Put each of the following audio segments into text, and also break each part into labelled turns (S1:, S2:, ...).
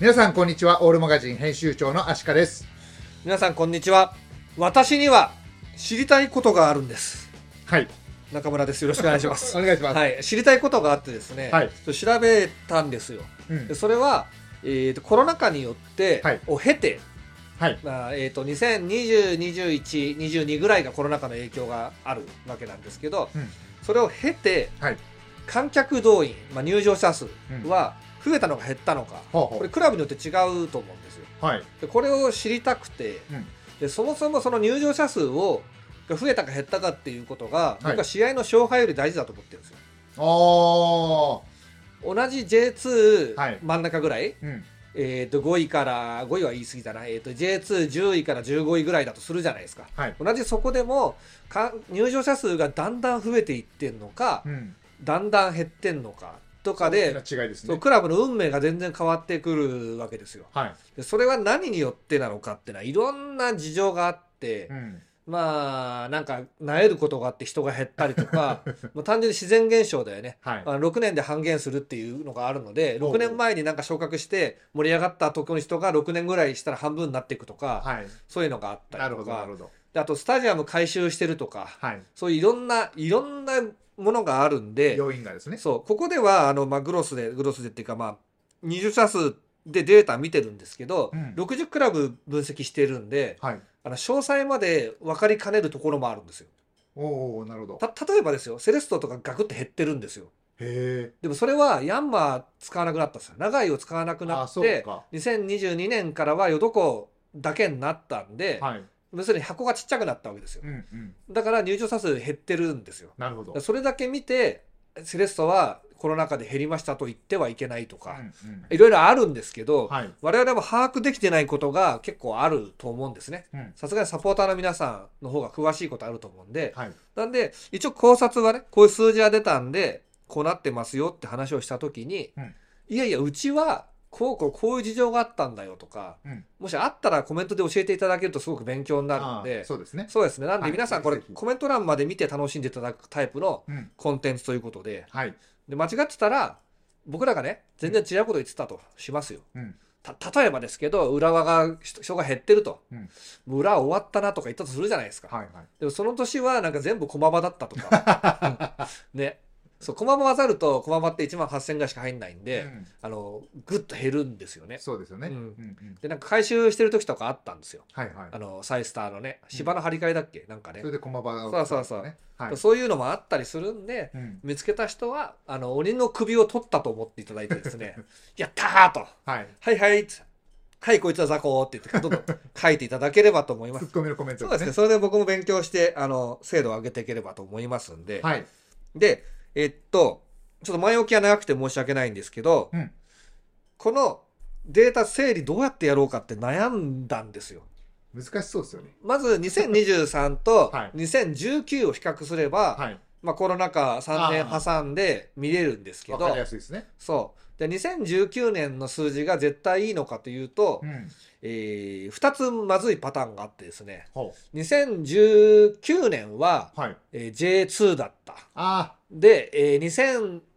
S1: 皆さんこんにちはオールマガジン編集長のアシカです
S2: 皆さんこんにちは私には知りたいことがあるんです
S1: はい
S2: 中村ですよろしくお願いし ます
S1: お願いします、
S2: はい知りたいことがあってですね、
S1: はい
S2: ちょっと調べたんですよ
S1: うん
S2: でそれは、えーとコロナ禍によって、
S1: はい
S2: を経て
S1: はい
S2: まあえー、と2020、21、22ぐらいがコロナ禍の影響があるわけなんですけど、
S1: うん
S2: それを経て、
S1: はい
S2: 観客動員、まあ、入場者数は増えたのか減ったのか、
S1: ほうほう
S2: これクラブによって違うと思うんですよ。
S1: はい
S2: でこれを知りたくて、
S1: うん
S2: でそもそもその入場者数をが増えたか減ったかっていうことが、
S1: はい
S2: 僕は試合の勝敗より大事だと思ってるんですよ。
S1: おー
S2: 同じ J2
S1: はい
S2: 真ん中ぐらい、
S1: うん
S2: えー、と5位から5位は言い過ぎだな、えー、と J210 位から15位ぐらいだとするじゃないですか
S1: はい
S2: 同じそこでもか入場者数がだんだん増えていってんのか、
S1: うん
S2: だんだん減ってんのかとかで、
S1: 大きな違いです
S2: そう
S1: ね
S2: クラブの運命が全然変わってくるわけですよ
S1: はい
S2: でそれは何によってなのかってのはいろんな事情があって、
S1: うん
S2: まあなんか萎えることがあって人が減ったり とかもう単純に自然現象だよね
S1: はい
S2: あの6年で半減するっていうのがあるので
S1: ほう
S2: 6年前になんか昇格して盛り上がった東京の人が6年ぐらいしたら半分になっていくとか、
S1: はい
S2: そういうのがあった
S1: な
S2: り
S1: る
S2: と
S1: ほどな
S2: か
S1: るほど
S2: であとスタジアム改修してるとか
S1: はい
S2: そういういろんないろんなものがあるんで
S1: 要因がですね
S2: そうここではあの、まあ、グロスでグロスでっていうか、まあ、20社数でデータ見てるんですけど、
S1: うん
S2: 60クラブ分析してるんで
S1: はい
S2: あの詳細まで分かりかねるところもあるんですよ。
S1: おおなるほど
S2: た例えばですよセレストとかガクって減ってるんですよ。
S1: へ
S2: でもそれはヤンマー使わなくなったんですよ。長井を使わなく
S1: え
S2: な
S1: あ
S2: っ
S1: そう
S2: て、
S1: か
S2: 2022年からはヨドコだけになったんで、
S1: はい
S2: 要するに箱がちっちゃくなったわけですよ
S1: う。んうん
S2: だから入場者数減ってるんですよ。
S1: なるほ
S2: だ
S1: ど
S2: からそれだけ見て、セレッソはコロナ禍で減りましたと言ってはいけないとか、
S1: うんうん
S2: いろいろあるんですけど、
S1: はい
S2: 我々も把握できてないことが結構あると思うんですね。
S1: うん
S2: さすがにサポーターの皆さんの方が詳しいことあると思うんで、
S1: はい
S2: なんで、一応考察はね、こういう数字が出たんで、こうなってますよって話をしたときに、
S1: うん
S2: いやいや、うちは、こうこうこういう事情があったんだよとか、
S1: うん
S2: もしあったらコメントで教えていただけるとすごく勉強になる
S1: あ
S2: ん
S1: ー
S2: で、
S1: そうですね
S2: そうですね。なん
S1: は
S2: で
S1: い
S2: 皆さんこれ、
S1: ぜひ
S2: コメント欄まで見て楽しんでいただくタイプの
S1: うん
S2: コンテンツということで、
S1: はい
S2: で間違ってたら、僕らがね、全然違うこと言ってたとしますよ。
S1: うん
S2: た例えばですけど、浦和が人人が減ってると、
S1: うん
S2: もう浦和終わったなとか言ったとするじゃないですか。
S1: はいはい
S2: でもその年はなんか全部駒場だったとか、 うんねそう駒場渡ると駒場って1万8000ぐらいしか入んないんで、
S1: うん
S2: あのぐっと減るんですよね
S1: そうですよね
S2: う
S1: うんんうん
S2: でなんか回収してる時とかあったんですよ
S1: はいはい
S2: あのサイスターのね芝の張り替えだっけ、なんかね
S1: それで駒場が
S2: そうそうそう
S1: ねはい
S2: そういうのもあったりするんで
S1: うん
S2: 見つけた人はあの鬼の首を取ったと思っていただいてですね やったーと
S1: はい
S2: はいはいつはいこいつは雑魚って言ってどんどん書いていただければと思いま
S1: ツ
S2: す
S1: ッコミのコメン
S2: そ
S1: ト
S2: うですね。それで僕も勉強して、あの、精度を上げていければと思いますんで。
S1: はい
S2: で、えっと、ちょっと前置きは長くて申し訳ないんですけど、
S1: うん
S2: このデータ整理どうやってやろうかって悩んだんですよ。
S1: 難しそうですよね
S2: まず2023と
S1: はい
S2: 2019を比較すれば、
S1: はい
S2: まあコロナ禍3
S1: あ
S2: 年挟んで見れるんですけ
S1: わか
S2: ど
S1: り、やすいですね
S2: そう。で、2019年の数字が絶対いいのかというと、
S1: うん
S2: えー、2つまずいパターンがあってですね、
S1: ほ
S2: 2019年は、
S1: うはい
S2: えー J2 だった。
S1: あ
S2: で、えー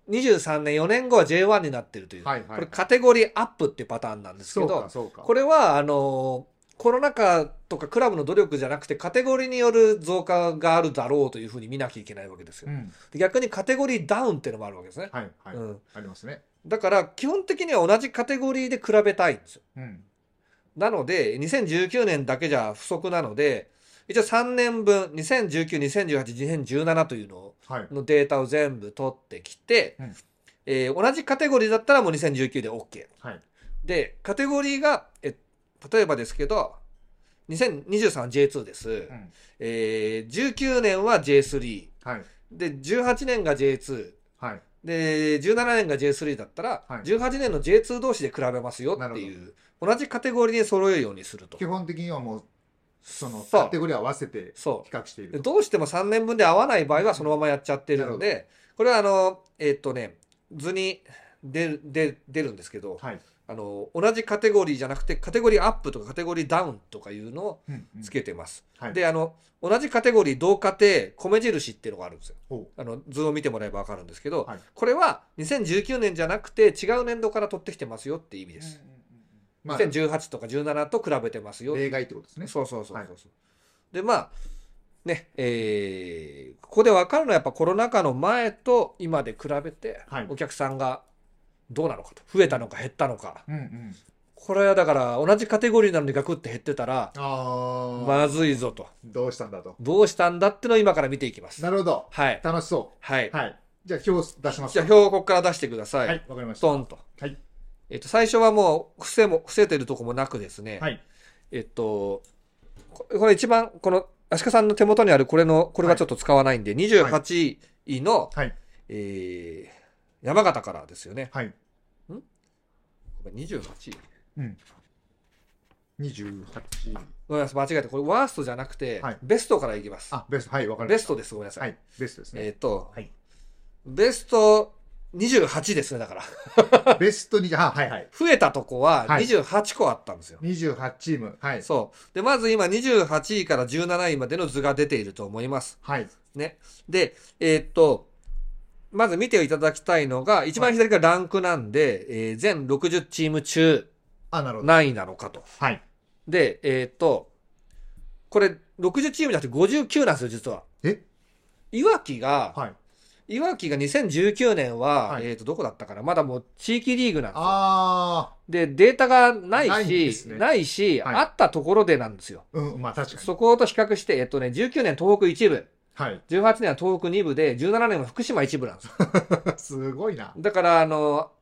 S2: 2023年4年後は J1 になってるという、
S1: はいはいはい
S2: これカテゴリーアップっていうパターンなん
S1: ー
S2: です
S1: そ
S2: け
S1: うか
S2: ど、
S1: そうか
S2: これはあのーコロナ禍とかクラブの努力じゃなくてカテゴリーによる増加があるだろうというふうに見なきゃいけないわけですよ。
S1: うん
S2: で逆にカテゴリーダウンっていうのもあるわけですね。
S1: はいはい
S2: うん、
S1: ありますね
S2: だから基本的には同じカテゴリーで比べたいんですよ。
S1: うん
S2: なので、2019年だけじゃ不足なので、一応3年分、2019、2018、2017というのを
S1: はい
S2: のデータを全部取ってきて、
S1: うん
S2: えー同じカテゴリーだったらもう2019で OK
S1: はい
S2: でカテゴリーがえ例えばですけど2023は J2 です、
S1: うん
S2: えー19年は J3
S1: はい
S2: で18年が J2
S1: はい
S2: で17年が J3 だったら、
S1: はい
S2: 18年の J2 同士で比べますよっていう同じカテゴリーに揃えるようにすると
S1: 基本的にはもうその
S2: そう
S1: カテゴリーを合わせて
S2: そ
S1: 比
S2: う
S1: 較してい
S2: で
S1: ると
S2: どうしても3年分で合わない場合はそのままやっちゃってるの
S1: な
S2: で、これはあの、えっとね、図に出る出出るんですけど、
S1: はい
S2: あの、同じカテゴリーじゃなくて、カテゴリーアップとかカテゴリーダウンとかいうのを
S1: うんうん
S2: つけてます。
S1: はい
S2: で、あの、同じカテゴリー同家庭米印っていうのがあるんですよ。
S1: ほ
S2: あの、図を見てもらえばわかるんですけど、
S1: はい
S2: これは2019年じゃなくて違う年度から取ってきてますよって意味
S1: う
S2: です。
S1: うんうんうんまあ、
S2: 2018とか17と比べてますよ。
S1: 例外ってことですね。
S2: そうそうそうそうそう。でまあねえーここで分かるのはやっぱコロナ禍の前と今で比べて
S1: はい
S2: お客さんがどうなのかと増えたのか減ったのか
S1: うんうん。
S2: これはだから同じカテゴリーなのにガクって減ってたら
S1: ああ、
S2: まずいぞと
S1: どうしたんだと。
S2: どうしたんだってのを今から見ていきます。
S1: なるほど。
S2: はい
S1: 楽しそ
S2: はい、
S1: う。はい。じゃあ、表出します。
S2: じゃあ表をここから出してください。
S1: はい、わかりました。
S2: トンと。
S1: はい
S2: えっと、最初はもう、伏せも、伏せてるとこもなくですね。
S1: はい。
S2: えっと、ここれ一番、この、アシカさんの手元にあるこれの、これはちょっと使わないんで、28位の、
S1: はい
S2: えー山形からですよね。
S1: はい。
S2: ごめん28位。
S1: 28。
S2: ごめんなさい、間違えて、これワーストじゃなくて、
S1: はい
S2: ベストからいきます。
S1: あ、ベスト。はい、わかりま
S2: ベ
S1: し
S2: ストです、ごめんな
S1: た。
S2: さ。
S1: はいい、ベストです
S2: え
S1: ね。
S2: っと、
S1: はい
S2: ベスト28ですね、だから。
S1: ベスト20、あ、はいはい。
S2: 増えたとこは
S1: はい
S2: 28個あったんですよ。
S1: 28チーム。はい。
S2: そう。で、まず今28位から17位までの図が出ていると思います。
S1: はい。
S2: ね。で、えーっと、まず見ていただきたいのが、一番左がランクなんで、えー全60チーム中
S1: あ、なるほど。
S2: 何位なのかと。
S1: はい。
S2: で、えーっと、これ60チームじゃなくて59なんですよ、実は。
S1: え
S2: いわきが、
S1: はい。
S2: いわきが2019年は、
S1: はい
S2: えーっと、どこだったかなまだもう地域リーグなんですよ。
S1: あ
S2: で、データがないし、
S1: な
S2: ない
S1: ん
S2: い,、
S1: ですね
S2: し、
S1: はい
S2: あったところでなんですよ。
S1: ー、うん、まあ確かに。
S2: そこと比較して、えっとね、19年東北一部、
S1: はい。
S2: 18年は東北二部で、17年は福島一部なんですよ。
S1: すごいな。
S2: だから、あの、
S1: うん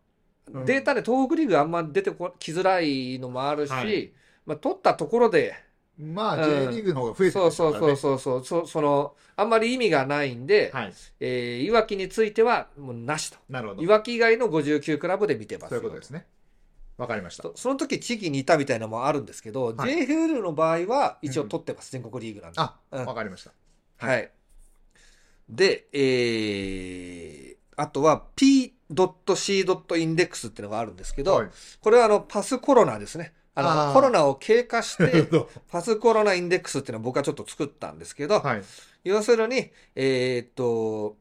S2: データで東北リーグあんま出てこきづらいのもあるし、
S1: はい
S2: まあ、取ったところで、
S1: まあ、
S2: うん
S1: J リーグの方が増えて
S2: そう
S1: ますか
S2: そ
S1: らね
S2: うそうそうそう、そその、あんまり意味がないんで、
S1: はい。
S2: えーいわきについては、もうなしと。
S1: なるほど
S2: い。わき以外の59クラブで見てます
S1: そうい
S2: よ
S1: うことですね。わかりました。
S2: そその時地域にいたみたいなのもあるんですけど、
S1: はい
S2: JFL の場合は一応取ってます、全国リーグなんで。
S1: あ、
S2: うん
S1: わかりました。
S2: はい。で、えー、あとは p.c.index っていうのがあるんですけど、
S1: はい
S2: これはあのパスコロナですね。あの
S1: あー
S2: コロナを経過し
S1: なる
S2: て
S1: ほ、ど
S2: パスコロナインデックスっていうのを僕はちょっと作ったんですけど、
S1: はい。
S2: 要するに、えーっと、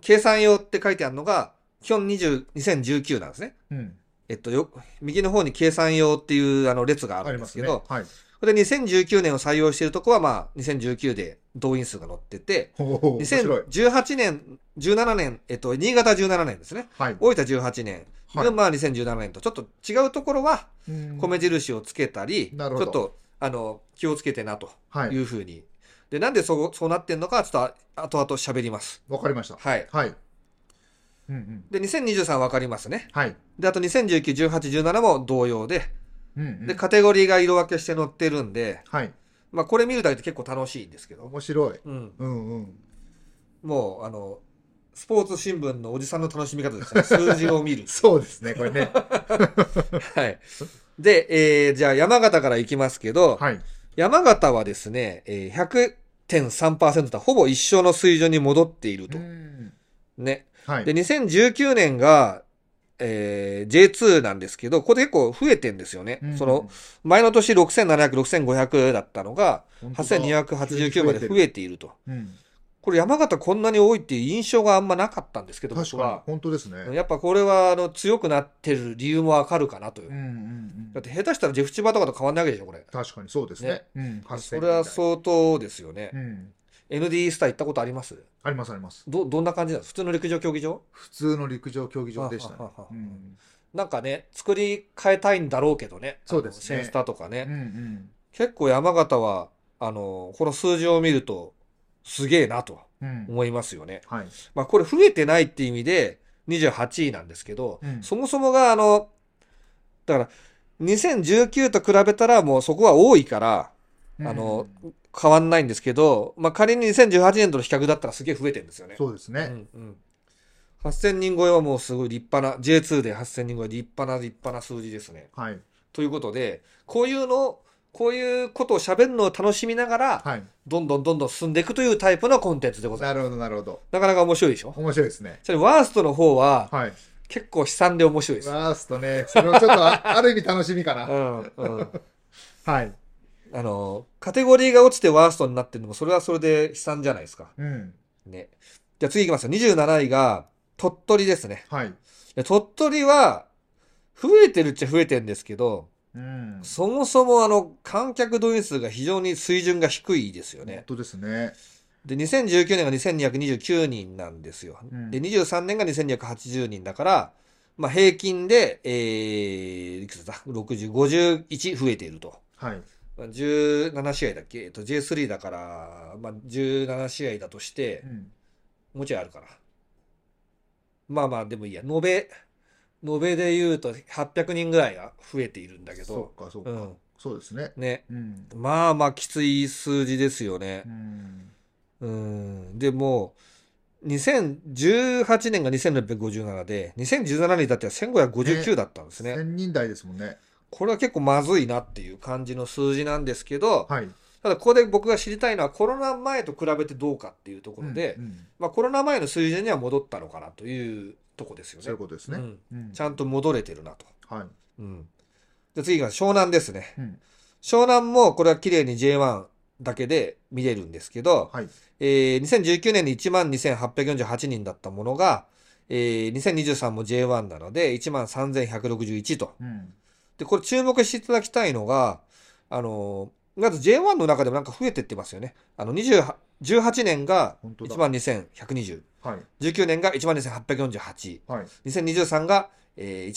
S2: 計算用って書いてあるのが、基本20 2019なんですね。
S1: うん。
S2: えっと、よ、右の方に計算用っていうあの列があ
S1: あ
S2: る
S1: り
S2: んで
S1: ますす
S2: け
S1: ね。
S2: ど、
S1: はい。
S2: これで2019年を採用しているとこは、まあ、2019で動員数が載ってて、
S1: おお、面白い。
S2: 2018年、17年、えっと、新潟17年ですね。
S1: はい。
S2: 大分18年、
S1: はい
S2: 群馬は2017年とちょっと違うところは、
S1: うん
S2: 米印をつけたり、
S1: なる
S2: ち
S1: ほ
S2: ょ
S1: ど
S2: っと、あの、気をつけてなと
S1: はいい。
S2: うふうに。で、なんでそう、そうなってんのか、ちょっと、後々喋ります。
S1: わかりました。
S2: はい。
S1: はい。うんうん。
S2: で、2023わかりますね。
S1: はい。
S2: で、あと2019、18、17も同様で、
S1: うんうん
S2: で、カテゴリーが色分けして載ってるんで、
S1: はい。
S2: まあ、これ見るだけで結構楽しいんですけど、
S1: 面白い。
S2: うん。
S1: うんうん。。
S2: もう、あの、スポーツ新聞のおじさんの楽しみ方ですね。数字を見 る
S1: そうですね、これ ね。
S2: はい。で、えーじゃあ山形から行きますけど、
S1: はい。
S2: 山形はですね、えー、100.3%とほぼ一緒の水準に戻っていると。
S1: ん。
S2: ね。
S1: はい
S2: で、。2019年が、えー J2 なんですけど、ここで結構増えてんですよね。
S1: うん
S2: その、、前の年6700、6500だったのが、
S1: 本当だ
S2: 8289まで増えていると。
S1: うん。
S2: これ山形こんなに多いっていう印象があんまなかったんですけど、
S1: 確
S2: 僕
S1: か
S2: は。
S1: に。本当ですね。
S2: やっぱこれはあの強くなってる理由もわかるかなという。
S1: うんうんう
S2: だっ
S1: ん。
S2: て下手したらジェフチバとかと変わんないわけでしょ、これ。
S1: 確かにそうですね。うん。8000
S2: それは相当ですよね
S1: う。ん。
S2: ND スター行ったことあります
S1: ありますあります。
S2: ど、どんな感じなんですか普通の陸上競技場
S1: 普通の陸上競技場でした
S2: は
S1: ね
S2: ははは。
S1: うん。
S2: なんかね、作り変えたいんだろうけどね。
S1: そうですね
S2: あのセンスターとか
S1: うんう
S2: ね。
S1: ん。
S2: 結構山形は、あの、この数字を見ると、すげえなと
S1: うん。
S2: 思いますよね。
S1: はい。
S2: まあこれ増えてないって意味で、28位なんですけど、
S1: うん
S2: そもそもがあの、だから、2019と比べたらもうそこは多いから、あの
S1: うん、
S2: 変わんないんですけど、まあ、仮に2018年との比較だったらすげえ増えてるんですよね。
S1: そうですね。
S2: うんうん、8000人超えはもうすごい立派な、J2 で8000人超え、立派な立派な数字ですね。
S1: はい。
S2: ということで、こういうのを、こういうことを喋るのを楽しみながら、
S1: はい。
S2: どんどんどんどん進んでいくというタイプのコンテンツでございます。
S1: なるほど、なるほど。
S2: なかなか面白いでしょ
S1: 面白いですね。
S2: それワーストの方は
S1: はい。
S2: 結構悲惨で面白いです。
S1: ワーストね、それをちょっとあある意味楽しみか
S2: う
S1: な。
S2: ん、うん。
S1: はい。
S2: あの、カテゴリーが落ちてワーストになってるのも、それはそれで悲惨じゃないですか。
S1: うん。
S2: ね。じゃあ次行きますよ。27位が、鳥取ですね。
S1: はい。
S2: で鳥取は、増えてるっちゃ増えてるんですけど、
S1: うん。
S2: そもそもあの観客動員数が非常に水準が低いですよ
S1: 本
S2: ね。
S1: 当ですね。
S2: で、2019年が2229人なんですよ。
S1: うん
S2: で、23年が2280人だから、まあ平均で、えー、いくつだ ?60、51増えていると。
S1: はい。
S2: まあ17試合だっけえっと、J3 だから、まあ17試合だとして
S1: う、ん。
S2: もうちょいあるから。まあまあ、でもいいや。延べ、延べで言うと800人ぐらいが増えているんだけ
S1: そ
S2: ど。
S1: うか、そう
S2: う
S1: か。
S2: ん。
S1: そうですね。
S2: ね。
S1: うん。
S2: まあまあ、きつい数字ですよね
S1: う。ん。
S2: うん。でもう、2018年が2657で、2017年だっては1559だったんですね。
S1: 1000人台ですもんね。
S2: これは結構まずいなっていう感じの数字なんですけど、
S1: はい。
S2: ただここで僕が知りたいのはコロナ前と比べてどうかっていうところで
S1: う、んうん
S2: まあコロナ前の水準には戻ったのかなというとこですよ
S1: そういう
S2: ね。
S1: ことです
S2: う
S1: ね。
S2: ん。
S1: うん
S2: ちゃんと戻れてるなと。
S1: はい。
S2: うん。で、次が湘南ですね。
S1: うん。
S2: 湘南もこれは綺麗に J1 だけで見れるんですけど、
S1: はい。
S2: えー、2019年に12,848人だったものが、えー、2023も J1 なので13,161と。
S1: うん。
S2: で、これ注目していただきたいのが、あのーまず J1 の中でもなんか増えてってますよね。あの、20 18年が
S1: 本当だ
S2: 12,120。
S1: はい。
S2: 19年が12,848。
S1: はい。
S2: 2023が、えー、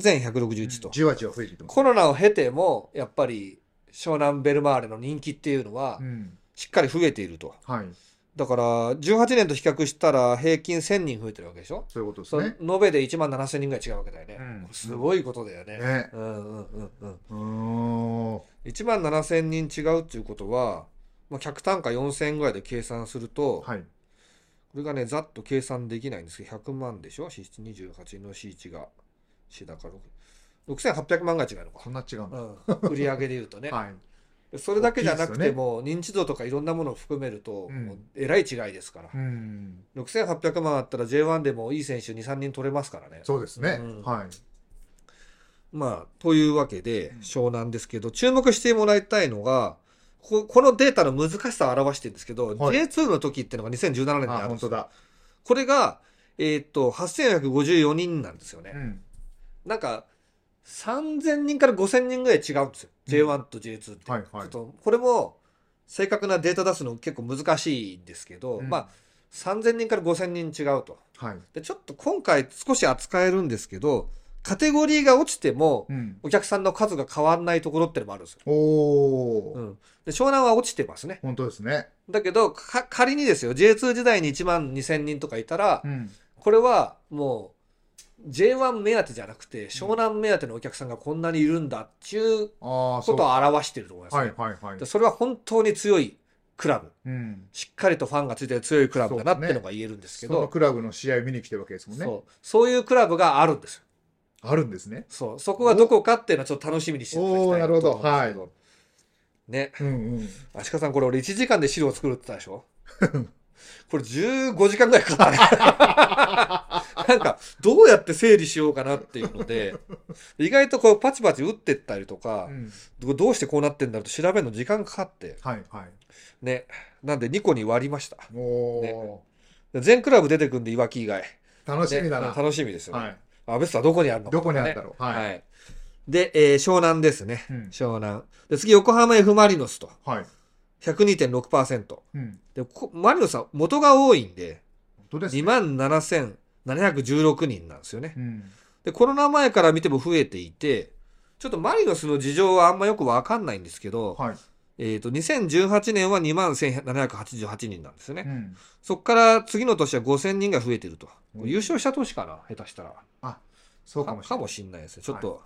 S2: 13,161と。
S1: じわじわ増えていってます。
S2: コロナを経ても、やっぱり湘南ベルマーレの人気っていうのは
S1: う、ん。
S2: しっかり増えていると。
S1: はい。
S2: だから、18年と比較したら平均1000人増えてるわけでしょ
S1: そういうことです
S2: そう、
S1: ね。
S2: 延べで1万7000人ぐらい違うわけだよね。
S1: うん
S2: すごいことだよね。
S1: ね。
S2: うんうんうんうん。
S1: うーん。
S2: 1万7000人違うっていうことは、まあ、客単価4000円ぐらいで計算すると、
S1: はい。
S2: これがね、ざっと計算できないんですけど、100万でしょ ?28 の C1 が、C だから6 6800万が違うのか
S1: そ。んな違うんだ。
S2: うん、売り上げで言うとね。
S1: はい。
S2: それだけじゃな
S1: 大
S2: く
S1: きい
S2: て
S1: ですよね
S2: も、認知度とかいろんなものを含めると、
S1: うん
S2: もうえらい違いですから
S1: う。ん。
S2: 6800万あったら J1 でもいい選手2、3人取れますからね。
S1: そうですね。
S2: うん
S1: はい。
S2: まあ、というわけで
S1: うん、
S2: 湘南ですけど、注目してもらいたいのが、ここのデータの難しさを表してるんですけど、
S1: はい
S2: J2 の時っていうのが2017年にあるん
S1: あ、
S2: で
S1: 本
S2: すよ
S1: 当だ。
S2: これが、えーっと、8454人なんですよ
S1: う
S2: ね。
S1: ん。
S2: なんか、3000人から5000人ぐらい違うんですよ。
S1: うん
S2: J1 と J2 って。
S1: はい
S2: ちょ
S1: は
S2: っ
S1: い。
S2: とこれも正確なデータ出すの結構難しいんですけど、
S1: うん
S2: まあ3000人から5000人違うと
S1: はい。
S2: でちょっと今回少し扱えるんですけどカテゴリーが落ちても
S1: うん。
S2: お客さんの数が変わんないところってのもあるんですよ、
S1: お
S2: う
S1: お。
S2: ん、で湘南は落ちてますね
S1: 本当ですね。
S2: だけどか仮にですよ J2 時代に1万2000人とかいたら
S1: うん。
S2: これはもう J1 目当てじゃなくて湘南目当てのお客さんがこんなにいるんだっていう
S1: ああ、
S2: こ
S1: そう
S2: とを表してると思いますね、
S1: はいはいはい
S2: で。それは本当に強いクラブ
S1: うん。
S2: しっかりとファンがついてる強いクラブだなってのが言えるんですけ
S1: そ
S2: ど、
S1: のクラブの試合見に来てるわけですもん
S2: そ
S1: ね。
S2: うそういうクラブがあるんですよ。
S1: あるんですね。
S2: そうそこはどこかっていうのはちょっと楽しみにしていただきたい
S1: おーなるほど
S2: と思うんですけど
S1: はう
S2: ね、
S1: んうん。
S2: 足利さん、これ俺1時間で資料を作るって言ったでしょ これ15時間ぐらいかかる。 なんか、どうやって整理しようかなっていうので、意外とこうパチパチ打ってったりとか
S1: う、ん
S2: どうしてこうなってんだろうと調べるの時間かかって、
S1: はいはい。
S2: ね、なんで2個に割りました。
S1: おお
S2: 全クラブ出てくんで、いわき以外。
S1: ー。楽しみだ
S2: ね
S1: な。
S2: 楽しみですよね。
S1: はい。
S2: アベストはどこにあるのか
S1: どこにあったろう。
S2: ね
S1: はい。
S2: はい。で、えー湘南ですね。
S1: うん
S2: 湘南。で、次、横浜 F ・マリノスと。
S1: はい。
S2: 102.6%。
S1: うん。
S2: で、こマリノスは元が多いんで、
S1: 本当ですね。
S2: 27,716人なんですよね
S1: う。ん。
S2: で、コロナ前から見ても増えていて、ちょっとマリノスの事情はあんまよくわかんないんですけど、
S1: はい。
S2: えっ、と、2018年は21,788人なんですよね。
S1: うん。
S2: そこから次の年は5,000人が増えてると。
S1: うん
S2: 優勝した年かな、下手したら。
S1: そうかもし
S2: か
S1: れな
S2: も
S1: い。
S2: しんないですね。ちょっと、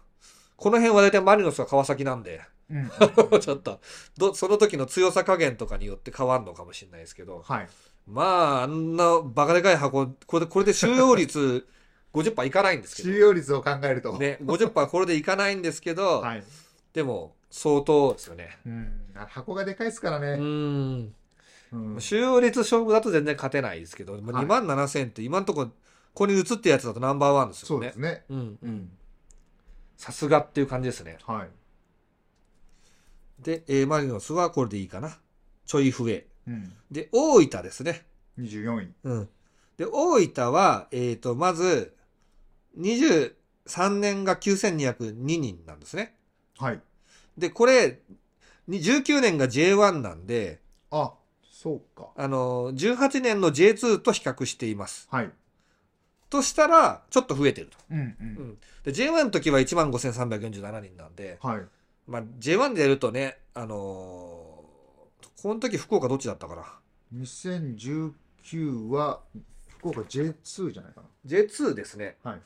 S2: この辺は大体マリノスは川崎なんで、
S1: うん。
S2: ちょっとど、その時の強さ加減とかによって変わるのかもしれないですけど、
S1: はい。
S2: まあ、あんなバカでかい箱、これで、これで収容率 50%いかないんです
S1: 収
S2: け
S1: 容率を考えると。
S2: ど、ね、50%これでいかないんですけど、
S1: はい。
S2: でも、相当ですよね。
S1: うん。あ箱がでかいですから
S2: う
S1: ね。
S2: ん。
S1: うん。
S2: 収容率勝負だと全然勝てないですけど、まあ
S1: はい
S2: 2万7000って今のところ、ここに移ってるやつだとナンバーワンです
S1: そ
S2: よ
S1: う
S2: ね。
S1: ですね。
S2: うんう。
S1: うんん。
S2: さすがっていう感じですね。
S1: はい。
S2: で、えーマリノスはこれでいいかな。ちょい増え。
S1: うん。
S2: で、大分ですね。
S1: 24位。
S2: うん。で、大分は、えっ、と、まず、23年が9202人なんですね。
S1: はい。
S2: で、これ、に19年が J1 なんで、
S1: あ、そうか。
S2: あの、18年の J2 と比較しています。
S1: はい。
S2: としたら、ちょっと増えてると。
S1: うんう
S2: うん
S1: ん。
S2: で、J1 の時は15,347人なんで、
S1: はい。
S2: まあ、J1 でやるとね、あのーこの時福岡どっちだったかな。
S1: 2019は、福岡 J2 じゃないか
S2: J2 ですね。
S1: な。はい。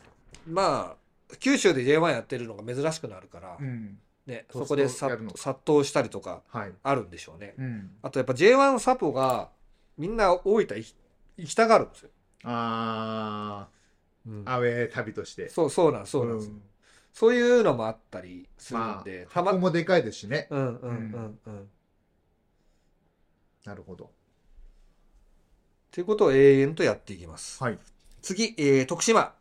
S2: まあ、九州で J1 やってるのが珍しくなるから、
S1: うん。
S2: ね、
S1: そう
S2: そこで
S1: そう
S2: さ
S1: やるのか
S2: 殺到したりとか
S1: はい。
S2: あるんでしょうね。
S1: うん。
S2: あとやっぱ J1 サポがみんな大分行き行きたがるんですよ。
S1: あ
S2: うん
S1: ー、アウェー旅として。
S2: そうそうなんそうなんです、
S1: ん
S2: そういうのもあったりする
S1: ま
S2: んで、
S1: あ、
S2: たま
S1: 箱もでかいですしね。
S2: うんうんうんうん。
S1: なるほど。
S2: ということを永遠とやっていきます。
S1: はい。
S2: 次、えー、徳島。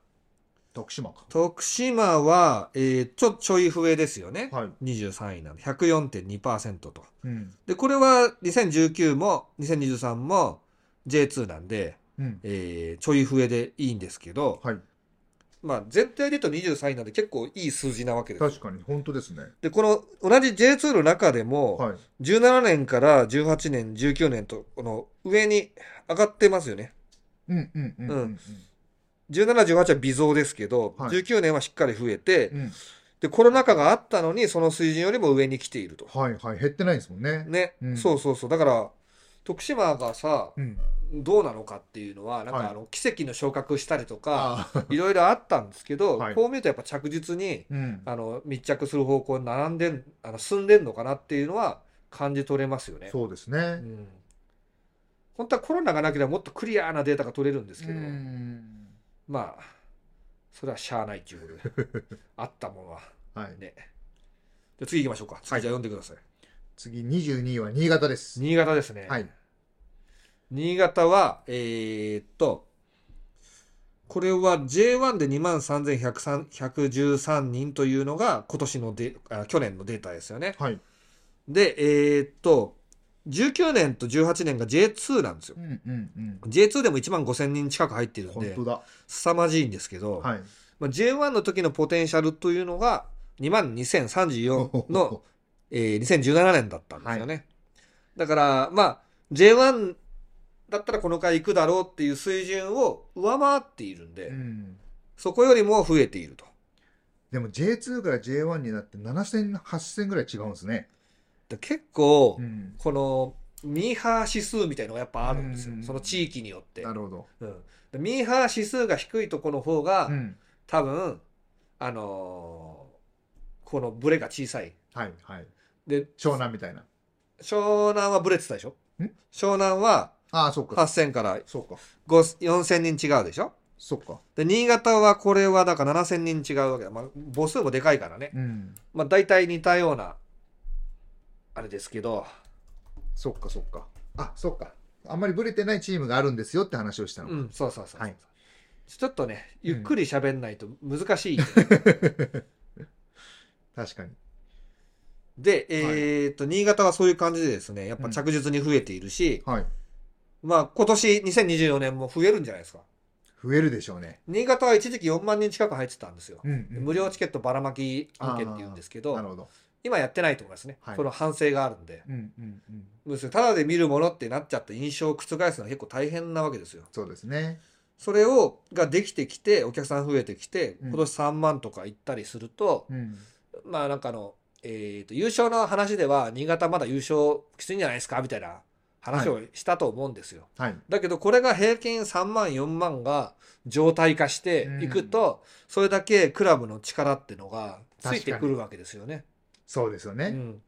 S1: 徳島か。
S2: 徳島は、えー、ちょ、ちょい増えですよね。
S1: はい。
S2: 23位なんで、104.2%と。
S1: うん。
S2: で、これは2019も2023も J2 なんで、
S1: うん。
S2: えー、ちょい増えでいいんですけど、
S1: はい。
S2: まあ全体で言うと23位なんで結構いい数字なわけです。
S1: 確かに、本当ですね。
S2: で、この同じ J2 の中でも、
S1: はい。
S2: 17年から18年、19年と、この上に上がってますよね。
S1: うんうんうんうん
S2: 17、18は微増ですけど、
S1: はい
S2: 19年はしっかり増えて、
S1: うん。うん。
S2: で、コロナ禍があったのに、その水準よりも上に来ていると。
S1: はいはい。減ってないですもんね。
S2: ね、
S1: うん
S2: そうそうそう。だから、徳島がさ、
S1: うん。
S2: どうなのかっていうのは、なん
S1: はい
S2: かあの、奇跡の昇格したりとか、
S1: ああ。
S2: いろいろあったんですけど、
S1: はい
S2: こう見るとやっぱ着実に、
S1: うん。
S2: あの、密着する方向に並んでん、あの、進んでんのかなっていうのは感じ取れますよね。
S1: そうです
S2: う
S1: ね。
S2: ん。本当はコロナがなければもっとクリアなデータが取れるんですけど、
S1: ん。
S2: まあ、それはしゃあないっていうことで、 あったものは。
S1: はい。
S2: ね。じゃあ次行きましょうか。次じゃあ読んでください。
S1: 次、22位は新潟です。
S2: 新潟ですね。
S1: はい。
S2: 新潟は、えーっと、これは J1 で23,113人というのが今年ので、あ去年のデータですよね。
S1: はい。
S2: で、えーっと、19年と18年が J2 なんですよ
S1: う。んうんう
S2: J2 でも1万5000人近く入ってる
S1: ん。
S2: ん
S1: 本
S2: で
S1: 当、だ。
S2: 凄まじいんですけど、
S1: はい。
S2: まあ、J1 の時のポテンシャルというのが2万2034の、 えー、2017年だったんですよね。だから、まあ、J1 だったらこの回行くだろうっていう水準を上回っているんで、
S1: うん。
S2: そこよりも増えていると。
S1: でも J2 から J1 になって7000、8000ぐらい違うんですね。
S2: で結構、
S1: うん。
S2: この、ミーハー指数みたいのがやっぱあるんですよ
S1: う。ん
S2: その地域によって。
S1: なるほど。
S2: うんでミーハー指数が低いとこの方が、
S1: うん。
S2: 多分、あのーこのブレが小さい。
S1: はいはい。
S2: で、
S1: 湘南みたいな。
S2: 湘南はブレてたでしょ
S1: ん
S2: 湘南は
S1: ああ、そうか。
S2: 8000から
S1: そうか。
S2: 5 4000人違うでしょ
S1: そうか。
S2: で、新潟はこれはだから7000人違うわけだ。まあ、母数もでかいからね。
S1: うん。
S2: まあ、大体似たような、あれですけど、
S1: そっかそっか。あ、そっか。あんまりブレてないチームがあるんですよって話をしたの。
S2: うん、そうそうそうそう
S1: はい
S2: ちょっとね、ゆっくり喋んないと 難しい。
S1: 確かに。
S2: で、えーっと、新潟はそういう感じでですね、やっぱ着実に増えているし、
S1: はい。
S2: まあ、今年2024年も増えるんじゃないですか。
S1: 増えるでしょうね。
S2: 新潟は一時期4万人近く入ってたんですよ。
S1: うん、うん。
S2: 無料チケットばらまき案件って言うんですけど
S1: な、るほど。
S2: 今やってないと思いますね。
S1: はい
S2: その反省があるんで。
S1: うんうんうん。
S2: むしろただで見るものってなっちゃって印象を覆すのは結構大変なわけですよ。
S1: そうですね。
S2: それを、ができてきて、お客さん増えてきて、
S1: うん
S2: 今年3万とか行ったりすると、
S1: うん。
S2: まあなんかあの、えっ、と、優勝の話では、新潟まだ優勝きついんじゃないですかみたいな話をしたと思うんですよ。
S1: はい。
S2: だけど、これが平均3万、4万が常態化していくと、それだけクラブの力ってのがついてくるわけですよね。
S1: そうですよね。
S2: うん、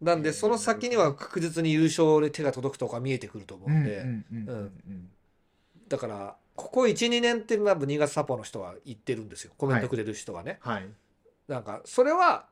S2: なんで、その先には確実に優勝に手が届くとか見えてくると思うんで、
S1: うんうんうん
S2: う
S1: うんん
S2: だから、ここ1、2年って、多分新潟サポの人は言ってるんですよ、コメントくれる人はね。
S1: はい。
S2: なんか、それは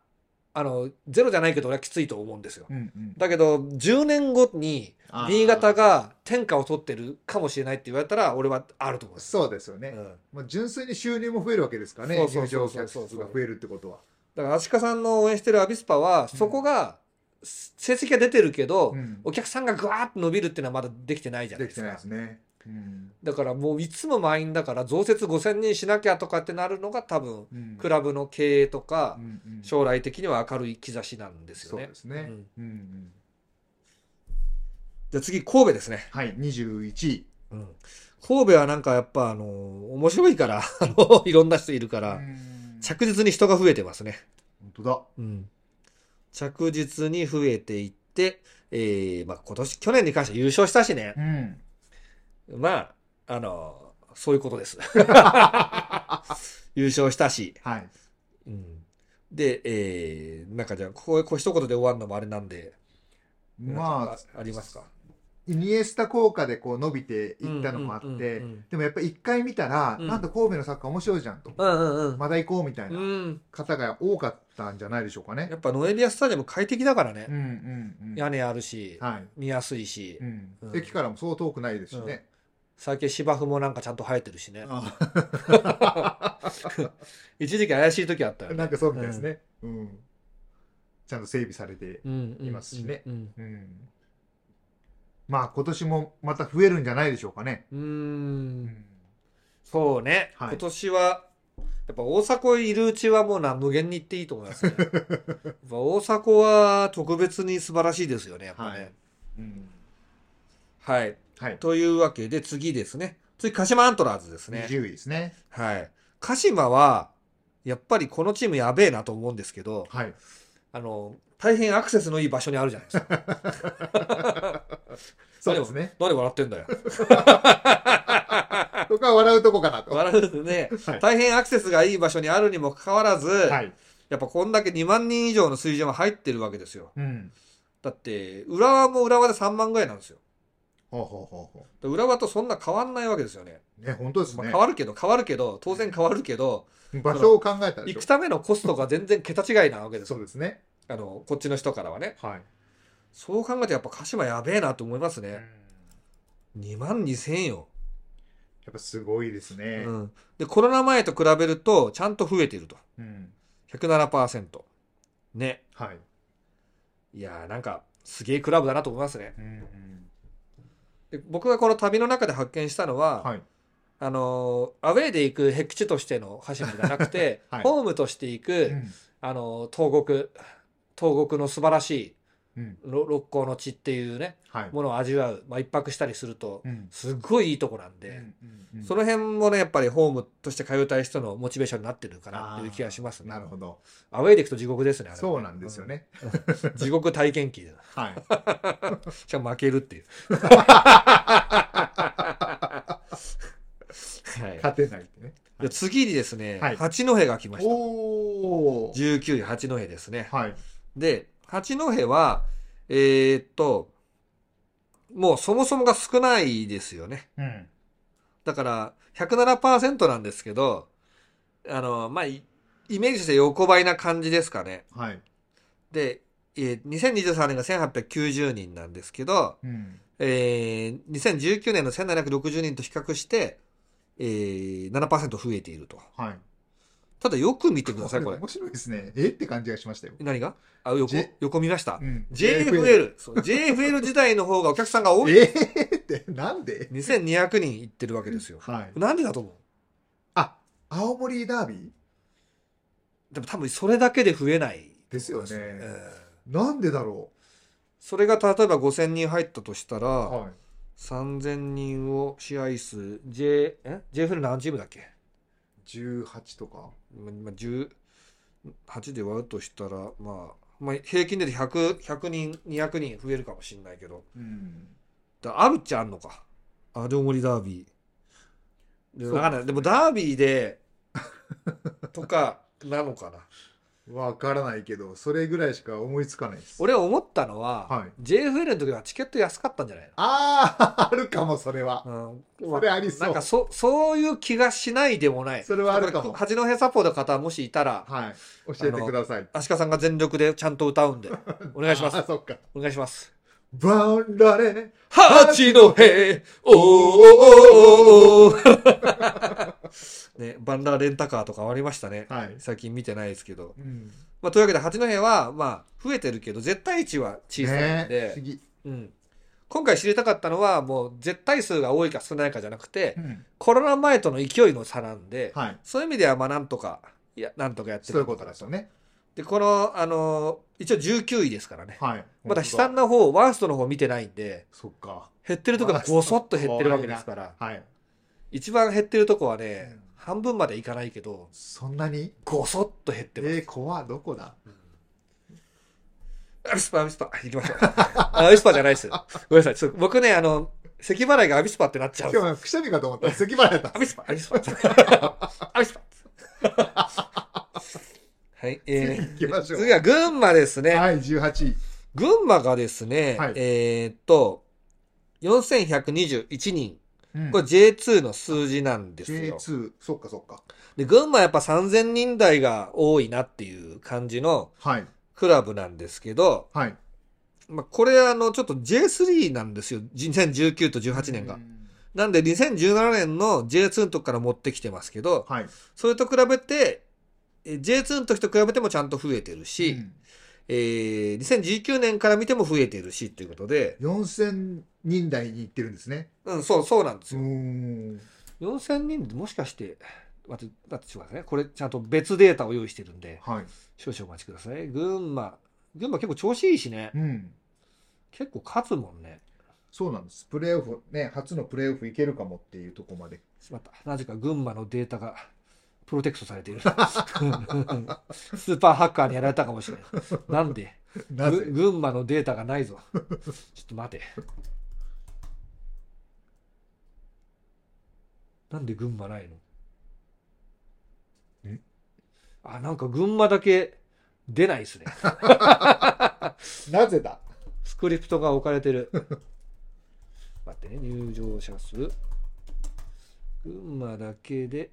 S2: あのゼロじゃないけど、俺はきついと思うんですよ。
S1: うんうん
S2: だけど、10年後に
S1: あー
S2: 新潟が天下を取ってるかもしれないって言われたら、俺はあると思うんですよ
S1: そうですよね。
S2: うん
S1: まあ純粋に収入も増えるわけですからね。
S2: そうそう
S1: 入
S2: そう
S1: 場
S2: そう
S1: 客数が増えるってことは。
S2: だから、足利さんの応援してるアビスパは、そこが、成績が出てるけど、
S1: うん
S2: お客さんがぐわーっと伸びるっていうのはまだできてないじゃない
S1: でき
S2: です
S1: て
S2: か。
S1: ないですね。うん
S2: だからもういつも満員だから増設5,000人しなきゃとかってなるのが多分
S1: うん
S2: クラブの経営とか
S1: うんうん
S2: 将来的には明るい兆しなんですよ
S1: そう
S2: ね
S1: で。すね
S2: うん
S1: うんうん
S2: じゃあ次神戸ですね。
S1: はい21位
S2: 神戸はなんかやっぱあの面白いからあのいろんな人いるか
S1: う
S2: ら
S1: ん
S2: 着実に人が増えてますね。
S1: 本当だ
S2: うん、着実に増えていって、えーまあ、今年去年に関しては優勝したしね
S1: うん
S2: まああのそういうこと です優勝したし、
S1: はい
S2: うん、で、えーなんかじゃあこここう一言で終わるのもあれなんでなん
S1: ま
S2: か
S1: あ
S2: あありますか
S1: イニエスタ効果でこう伸びていったのもあって、
S2: うんうん
S1: でもやっぱり一回見たら、
S2: うん
S1: なんだ神戸のサッカー面白いじゃんと、
S2: うんうんうん
S1: まだ行こうみたいな
S2: うん
S1: 方が多かったんじゃないでしょうかね
S2: や。っぱノエビアスタジアム快適だからね、
S1: うんうんうん。
S2: 屋根あるし、
S1: はい。
S2: 見やすいし、
S1: うん
S2: うん
S1: 駅からもそう遠くないですしね。
S2: 最近芝生もなんかちゃんと生えてるしね
S1: あ
S2: 一時期怪しい時あったよね
S1: なんかそうみたいですね。うん。ちゃんと整備されて。
S2: うんうん
S1: いますしね
S2: うん
S1: うん。まあ今年もまた増えるんじゃないでしょうかね。
S2: うー
S1: うんん。
S2: そうね、
S1: はい
S2: 今年はやっぱ大迫いるうちはもうな無限に行っていいと思い ますねやっぱ大迫は特別に素晴らしいですよねやっぱね
S1: うん
S2: はい、
S1: はい。
S2: というわけで次ですね次鹿島アントラーズですね
S1: 20位ですね。
S2: はい鹿島はやっぱりこのチームやべえなと思うんですけど
S1: はい。
S2: あの大変アクセスのいい場所にあるじゃないです か
S1: そうですね。
S2: 何笑ってんだよ
S1: そこは笑うとこかなと。は
S2: 笑うね
S1: い。
S2: 大変アクセスがいい場所にあるにもかかわらず、
S1: はい。
S2: やっぱこんだけ2万人以上の水準は入ってるわけですよ。
S1: うん。
S2: だって、浦和も浦和で3万ぐらいなんですよ。
S1: ほうほうほうほ
S2: で浦和とそんな変わんないわけですよね。
S1: う。ね、本当です
S2: まあ、
S1: ね
S2: 変。わるけど、変わるけど、当然変わるけど、
S1: 場所を考えたでし
S2: 行
S1: ょ
S2: く。ためのコストが全然桁違いなわけです
S1: そ
S2: よ。
S1: うですね。
S2: あの、こっちの人からはね。
S1: はい。
S2: そう考えてやっぱ鹿島やべえなと思います
S1: や
S2: ね。2万2千よ。
S1: っぱすごいです
S2: う
S1: ね。
S2: ん。で、コロナ前と比べると、ちゃんと増えていると。
S1: うん。
S2: 107%。ね。
S1: はい。
S2: いやーなんか、すげえクラブだなと思いますね。
S1: うんうん
S2: で僕がこの旅の中で発見したのは、
S1: はい。
S2: あのーアウェーで行く僻地としてのハシムじゃなくて、
S1: はい
S2: ホームとして行く、
S1: うん
S2: あのー東国東国の素晴らしい
S1: うん。
S2: ろ六甲の地っていうね
S1: はい。
S2: ものを味わう、まあ、一泊したりすると
S1: うん。
S2: すっごいいいとこなんで、
S1: うんうん
S2: その辺もねやっぱりホームとして通いたい人のモチベーションになってるかなっていう気がしますね
S1: なるほど。
S2: アウェーで行くと地獄ですねあれは
S1: そうなんですよね。
S2: うん地獄体験記
S1: はい。
S2: しかも負けるっていうはい
S1: 勝てないってね。
S2: で次にですね、
S1: はい
S2: 八戸が来ました。
S1: おお。
S2: 19位、八戸ですね。
S1: はい。
S2: で、八戸は、えーっと、もうそもそもが少ないですよね。
S1: うん。
S2: だから、107%なんですけど、あの、まあ、いイメージして横ばいな感じですかね。
S1: はい。
S2: で、えー2023年が1890人なんですけど、
S1: うん。
S2: えー2019年の1760人と比較して、えー7%増えていると。
S1: はい。
S2: ただよく見てください、これ。
S1: 面白いですね。えって感じがしましたよ。
S2: 何があ、横
S1: J-
S2: 横見ました
S1: う。ん
S2: JFL。そう JFL 時代の方がお客さんが多い。
S1: えーって、なんで
S2: 2200人行ってるわけですよ。
S1: はい。
S2: なんでだと思う
S1: あ、青森ダービー
S2: でも多分それだけで増えない。
S1: ですよね
S2: うん
S1: なんでだろ
S2: それが例えば5000人入ったとしたら、
S1: うはい。
S2: 3000人を試合数、J、え ?JFL 何チームだっけ
S1: 18とか。
S2: まま18で割るとしたら、まあ、まあ、平均で100、100人、200人増えるかもしれないけど、
S1: うん。
S2: だあるっちゃあんのか。青森ダービー。で
S1: そう
S2: わかんないでもダービーで、とか、なのかな。
S1: わからないけど、それぐらいしか思いつかないです。
S2: 俺思ったのは、
S1: はい
S2: JFL の時はチケット安かったんじゃない
S1: ああ、あるかも、それは。
S2: の、うん、
S1: それありそう
S2: なんかそ、そういう気がしないでもない。
S1: それはあるかも
S2: だら八戸サポーの方、もしいたら、
S1: はい。教えてください。
S2: アシカさんが全力でちゃんと 歌うんで、お願いしま
S1: あ
S2: す
S1: ー、。そっか。
S2: お願いします。
S1: バンラレ。
S2: 八戸おーおーお ーね、バンダーレンタカーとかありましたね。
S1: はい。
S2: 最近見てないですけど。
S1: うん。
S2: まあ、というわけで八戸は、まあ、増えてるけど、絶対値は小さいん
S1: ね
S2: で、
S1: 次。
S2: うん。今回知りたかったのは、もう絶対数が多いか少ないかじゃなくて
S1: う、ん
S2: コロナ前との勢いの差なんで、
S1: はい。
S2: そういう意味では、まあ、なんとか、いや、なんとかやって
S1: そうい
S2: る
S1: うことですよね。
S2: で、この、あの、一応19位ですからね。
S1: はい。
S2: まだ悲惨
S1: 本
S2: な方、ワーストの方見てないんで、
S1: 当だ。そっか。
S2: 減ってるとこがごそっと減ってるわけですから、
S1: はい。
S2: 一番減ってるとこはね
S1: うん、
S2: 半分までいかないけど、
S1: そんなに
S2: ごそっと減ってます。
S1: えー、怖っどこだ
S2: アビスパ、アビスパ、行きましょう。 あアビスパじゃないです。ごめんなさい。ちょっと僕ね、あの、咳払いがアビスパってなっちゃう
S1: 今
S2: んです。
S1: 日、くしゃみかと思ったら、咳払いだっ
S2: ア
S1: た。
S2: ビスパ、アビスパ。アビスパ。はい、え
S1: 次行
S2: ー、
S1: きましょう
S2: 次は群馬ですね。
S1: はい、18位。
S2: 群馬がですね、
S1: はい
S2: えーっと、4121人。
S1: うん
S2: これ J2 の数字なんですよ。
S1: J2、そっかそっか。
S2: で、群馬やっぱ3000人台が多いなっていう感じの
S1: はい、
S2: クラブなんですけど、
S1: はい。
S2: まあ、これあの、ちょっと J3 なんですよ。2019と18年が
S1: う。ん
S2: なんで2017年の J2 の時から持ってきてますけど、
S1: はい。
S2: それと比べて、え J2 の時と比べてもちゃんと増えてるし、
S1: うん
S2: えー2019年から見ても増えてるしっていうことで、
S1: 4000人台に行ってるんですね。
S2: うん、そう、そうなんです
S1: うー
S2: よ。
S1: ん。
S2: 4000人でもしかして、待って、待って、ちょっと待ってね。これちゃんと別データを用意してるんで、
S1: はい。
S2: 少々お待ちください。群馬。群馬結構調子いいしね。
S1: うん。
S2: 結構勝つもんね。
S1: そうなんです。プレーオフ、ね、初のプレーオフいけるかもっていうとこまで。
S2: しまった。なぜか群馬のデータがプロテクトさ れている。スーパーハッカーにやられたかもしれない。なんで
S1: な
S2: ぐ
S1: ぜ
S2: 群馬のデータがないぞ。 ちょっと待て。なんで群馬ないの
S1: え
S2: あ、なんか群馬だけ出ないですね。
S1: なぜだ
S2: スクリプトが置かれてる。 待ってね、入場者数。群馬だけで。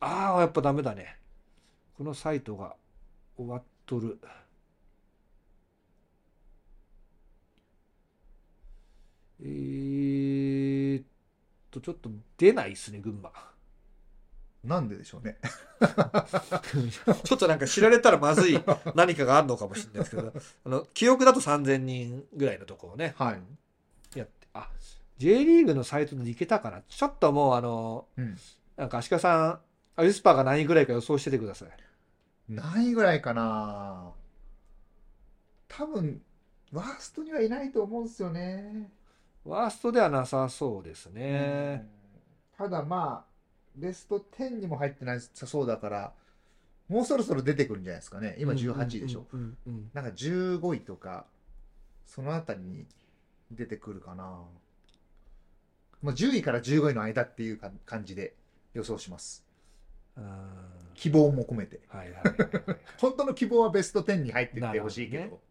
S2: ああ、やっぱダメだね。このサイトが終わっとる。えーっと、ちょっと出ないっすね、群馬。
S1: なんででしょうね。
S2: ちょっとなんか知られたらまずい何かがあるのかもしれないですけど、あの、記憶だと3000人ぐらいのとこをね、
S1: はい。
S2: やって、あ、J リーグのサイトでいけたかな。ちょっともうあの、
S1: うん。
S2: なんか足利さん、アビスパが何位ぐらいか予想しててください。
S1: ないぐらいかな多分、ワーストにはいないと思うんですよね。
S2: ワーストではなさそうですね。
S1: うんただまあ、ベスト10にも入ってなさそうだから、もうそろそろ出てくるんじゃないですかね。今18位でしょ。
S2: うんうんうん
S1: なんか15位とか、そのあたりに出てくるかな。まあ、10位から15位の間っていうか感じで予想します。
S2: うんうん
S1: 希望も込めて。
S2: はいはいはいはい。
S1: 本当の希望はベスト10に入ってってほしいけ
S2: な
S1: ど、
S2: るほ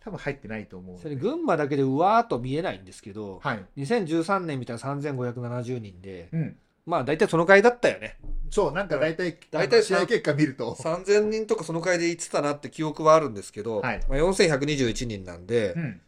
S1: 多分入ってないと思うので。
S2: それに群馬だけでうわーっと見えないんですけど、
S1: はい。
S2: 2013年見たら3570人で、
S1: うん。
S2: まあ大体その回だったよね。
S1: そう、なんか大体、
S2: 大体
S1: あの試合結果見ると。
S2: 3000人とかその回で言ってたなって記憶はあるんですけど、
S1: はい
S2: まあ、4121人なんで、
S1: うん。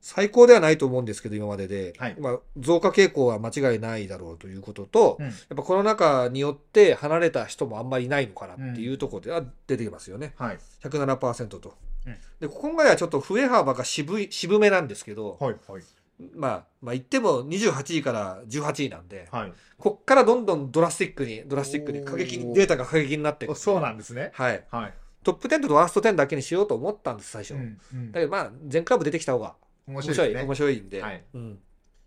S2: 最高ではないと思うんですけど、今までで。
S1: はい
S2: まあ、増加傾向は間違いないだろうということと、
S1: うん
S2: やっぱコロナ禍によって離れた人もあんまりいないのかなっていうところでは出てきますよね。
S1: はい。
S2: 107%と。
S1: うん
S2: で、今回はちょっと増え幅が渋い、渋めなんですけど、
S1: はい。はい。
S2: まあ、まあ言っても28位から18位なんで、
S1: はい。
S2: こっからどんどんドラスティックに、ドラスティックに、過激
S1: お
S2: に、
S1: ー
S2: データが過激になっていく
S1: おそうなんですね。
S2: はい。
S1: はい。
S2: トップ10とワースト10だけにしようと思ったんです、最初。
S1: うんうん
S2: だけどまあ、全クラブ出てきた方が
S1: 面
S2: 面
S1: 白
S2: 白
S1: い
S2: い、
S1: ですね
S2: 面。白いんで。
S1: はい
S2: うん。い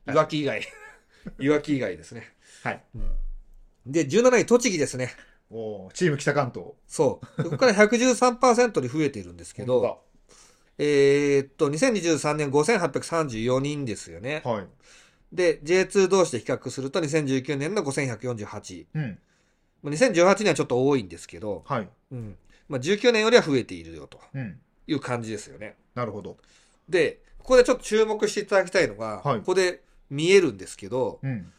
S1: はい
S2: わき以 外。いわき以外ですね。
S1: はい。
S2: うんで、17位、栃木ですね。
S1: おーチーム北関東。
S2: そう。でここから113%に増えてるんですけど、えーっと、2023年5834人ですよね
S1: 本当。だ。はい。
S2: で、J2 同士で比較すると2019年の5148。
S1: うん。
S2: まあ2018年はちょっと多いんですけど、
S1: はい。
S2: うん。まあ、19年よりは増えているよと
S1: うん。
S2: いう感じですよね。
S1: なるほど。
S2: で、ここでちょっと注目していただきたいのが、
S1: はい
S2: ここで見えるんですけど、
S1: うん。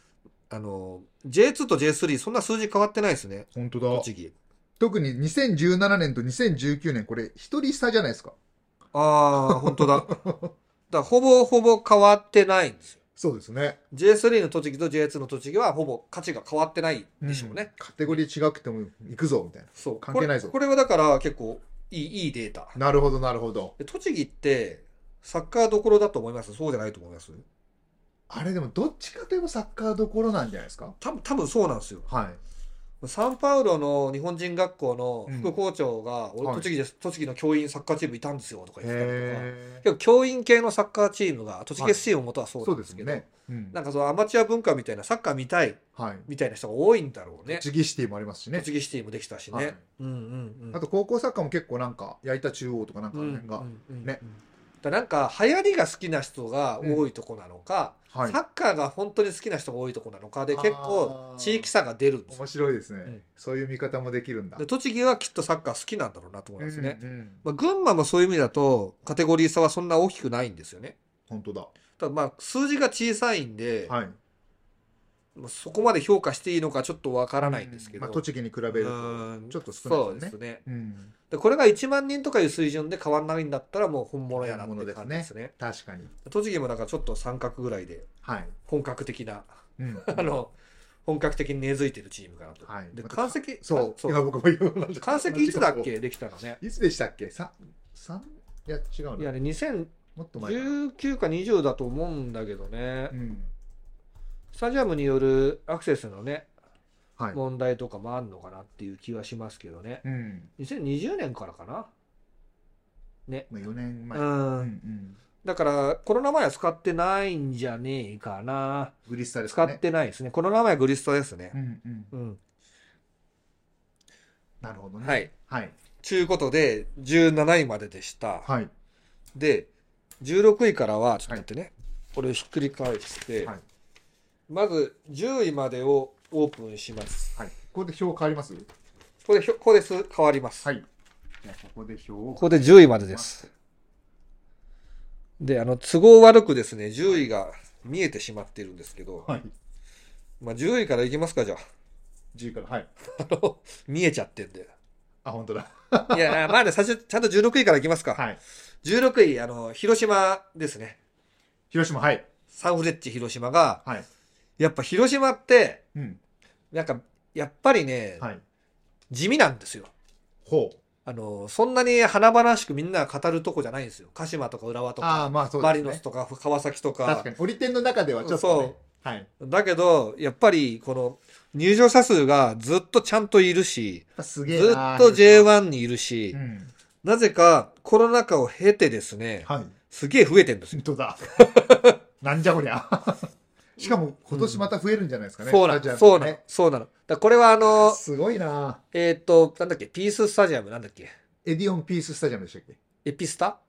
S2: あの、J2 と J3 そんな数字変わってないですね、
S1: 本当だ。
S2: 栃木。
S1: 特に2017年と2019年、これ、一人差じゃないですか。
S2: ああ、本当だ。だ からほぼほぼ変わってないんですよ。
S1: そうですね。
S2: J3 の栃木と J2 の栃木はほぼ価値が変わってないでしょうね。
S1: カテゴリー違くても行くぞ、みたい
S2: そう。
S1: 関係ないぞ
S2: これこれはだから結構いいいいデータ。
S1: な。なるほど、なるほど。
S2: で栃木ってサッカーどころだと思いますそうじゃないと思います
S1: あれでもどっちかといえばサッカーどころなんじゃないですか
S2: 多分多分そうなんですよ
S1: はい。
S2: サンパウロの日本人学校の副校長が、
S1: は
S2: 俺
S1: い
S2: 栃木です栃木の教員サッカーチームいたんですよとか言ってたりとか
S1: へえ。
S2: 結構教員系のサッカーチームが栃木 SC の元はそう
S1: そ
S2: な
S1: うんで
S2: ですす
S1: よ
S2: けど、
S1: ね。うん。
S2: なんかそのアマチュア文化みたいなサッカー見たい
S1: はい。
S2: みたいな人が多いんだろうね
S1: 栃木シティもありますしね。
S2: 栃木シティもできたしね、
S1: はい
S2: うんうんうん
S1: あと高校サッカーも結構なんか、矢板中央とかなんかあ
S2: う
S1: の
S2: ん
S1: 辺が
S2: う。んうん
S1: ね
S2: だからなんか流行りが好きな人が多いとこなのか、
S1: はい
S2: サ。ッカーが本当に好きな人が多いとこなのかで結構
S1: あー
S2: 地域差が出るんですよ
S1: 面白いです
S2: う
S1: ね
S2: ん。
S1: そういう見方もできるんだ
S2: で。栃木はきっとサッカー好きなんだろうなと思いますね、
S1: うんうん
S2: まあ、群馬もそういう意味だとカテゴリー差はそんな大きくないんですよね
S1: 本当だ。
S2: ただまあ数字が小さいんで、
S1: はい。
S2: まあそこまで評価していいのかちょっとわからないんですけど、
S1: まあ、栃木に比べると。
S2: うん
S1: ちょっと少ない
S2: そう
S1: ですね
S2: ですね
S1: うん。
S2: でこれが1万人とかいう水準で変わんないんだったらもう本物やなっ
S1: 本物
S2: て
S1: です
S2: 感
S1: ね
S2: じですね
S1: 確かに。
S2: 栃木もなんかちょっと三角ぐらいで
S1: はい。
S2: 本格的な、
S1: うん。
S2: あの本格的に根付いてるチームかなと、
S1: はい
S2: で関石
S1: そう
S2: あ。
S1: 今僕も言おうと思った
S2: 関石いつだっけできたのね
S1: いつでしたっけさ三いや、違う
S2: いや
S1: の。
S2: ね2019
S1: もっと前かな。
S2: か20だと思うんだけどね、
S1: うん。
S2: スタジアムによるアクセスのね
S1: はい。
S2: 問題とかもあんのかなっていう気はしますけどね
S1: うん。
S2: 2020年からかなね
S1: まあ、4年前。
S2: う
S1: うん
S2: ん
S1: うん。
S2: だからコロナ前は使ってないんじゃねえかな
S1: グリスタです
S2: 使
S1: か
S2: っ
S1: ね。
S2: てないですねコロナ前はグリストですね
S1: うんうん。
S2: うん、
S1: なるほどね。
S2: は。い
S1: はい。
S2: ちゅうことで17位まででした、
S1: はい。
S2: で16位からはちょっと待ってね、これをひっくり返して、
S1: はい
S2: まず10位までをオープンします
S1: はい。ここで表変わります
S2: これひょここです変わります、
S1: はい。じゃあ、ここで表を
S2: こ。こで10位までです。で、あの、都合悪くですね、10位が見えてしまっているんですけど、
S1: はい。
S2: まあ、10位からいきますか、じゃあ。
S1: 10から。はい。
S2: あの、見えちゃってんで。
S1: あ、本当だ。
S2: いや、まあね、最初、ちゃんと16位からいきますか。
S1: はい。
S2: 16位、あの、広島ですね。
S1: 広島、はい。
S2: サンフレッチェ広島が、
S1: はい。
S2: やっぱ広島って、
S1: うん。
S2: なんか、やっぱりね、
S1: はい。
S2: 地味なんですよ。
S1: ほう。
S2: あの、そんなに華々しくみんなが語るとこじゃないんですよ。鹿島とか浦和とか、
S1: ああ、まあ、そうですね。
S2: マリノスとか、川崎と
S1: 確かに。折り点の中ではちょっと、ね。はい。
S2: だけど、やっぱり、この、入場者数がずっとちゃんといるし、
S1: す
S2: ず
S1: げ
S2: っ
S1: えな
S2: と J1 にいるし
S1: う、ん。
S2: なぜかコロナ禍を経てですね、
S1: はい。
S2: すげえ増えてるんですよ。
S1: 本当 だ。なんじゃこりゃ。 しかも、今年また増えるんじゃないですかね。
S2: そうな
S1: スタジア
S2: の、
S1: ムが
S2: そうなの
S1: ね、
S2: そうなの。だからこれはあの、
S1: すごいな
S2: えっと、なんだっけ、ピーススタジアム、なんだっけ、
S1: エディオンピーススタジアムでしたっけ
S2: エピスタ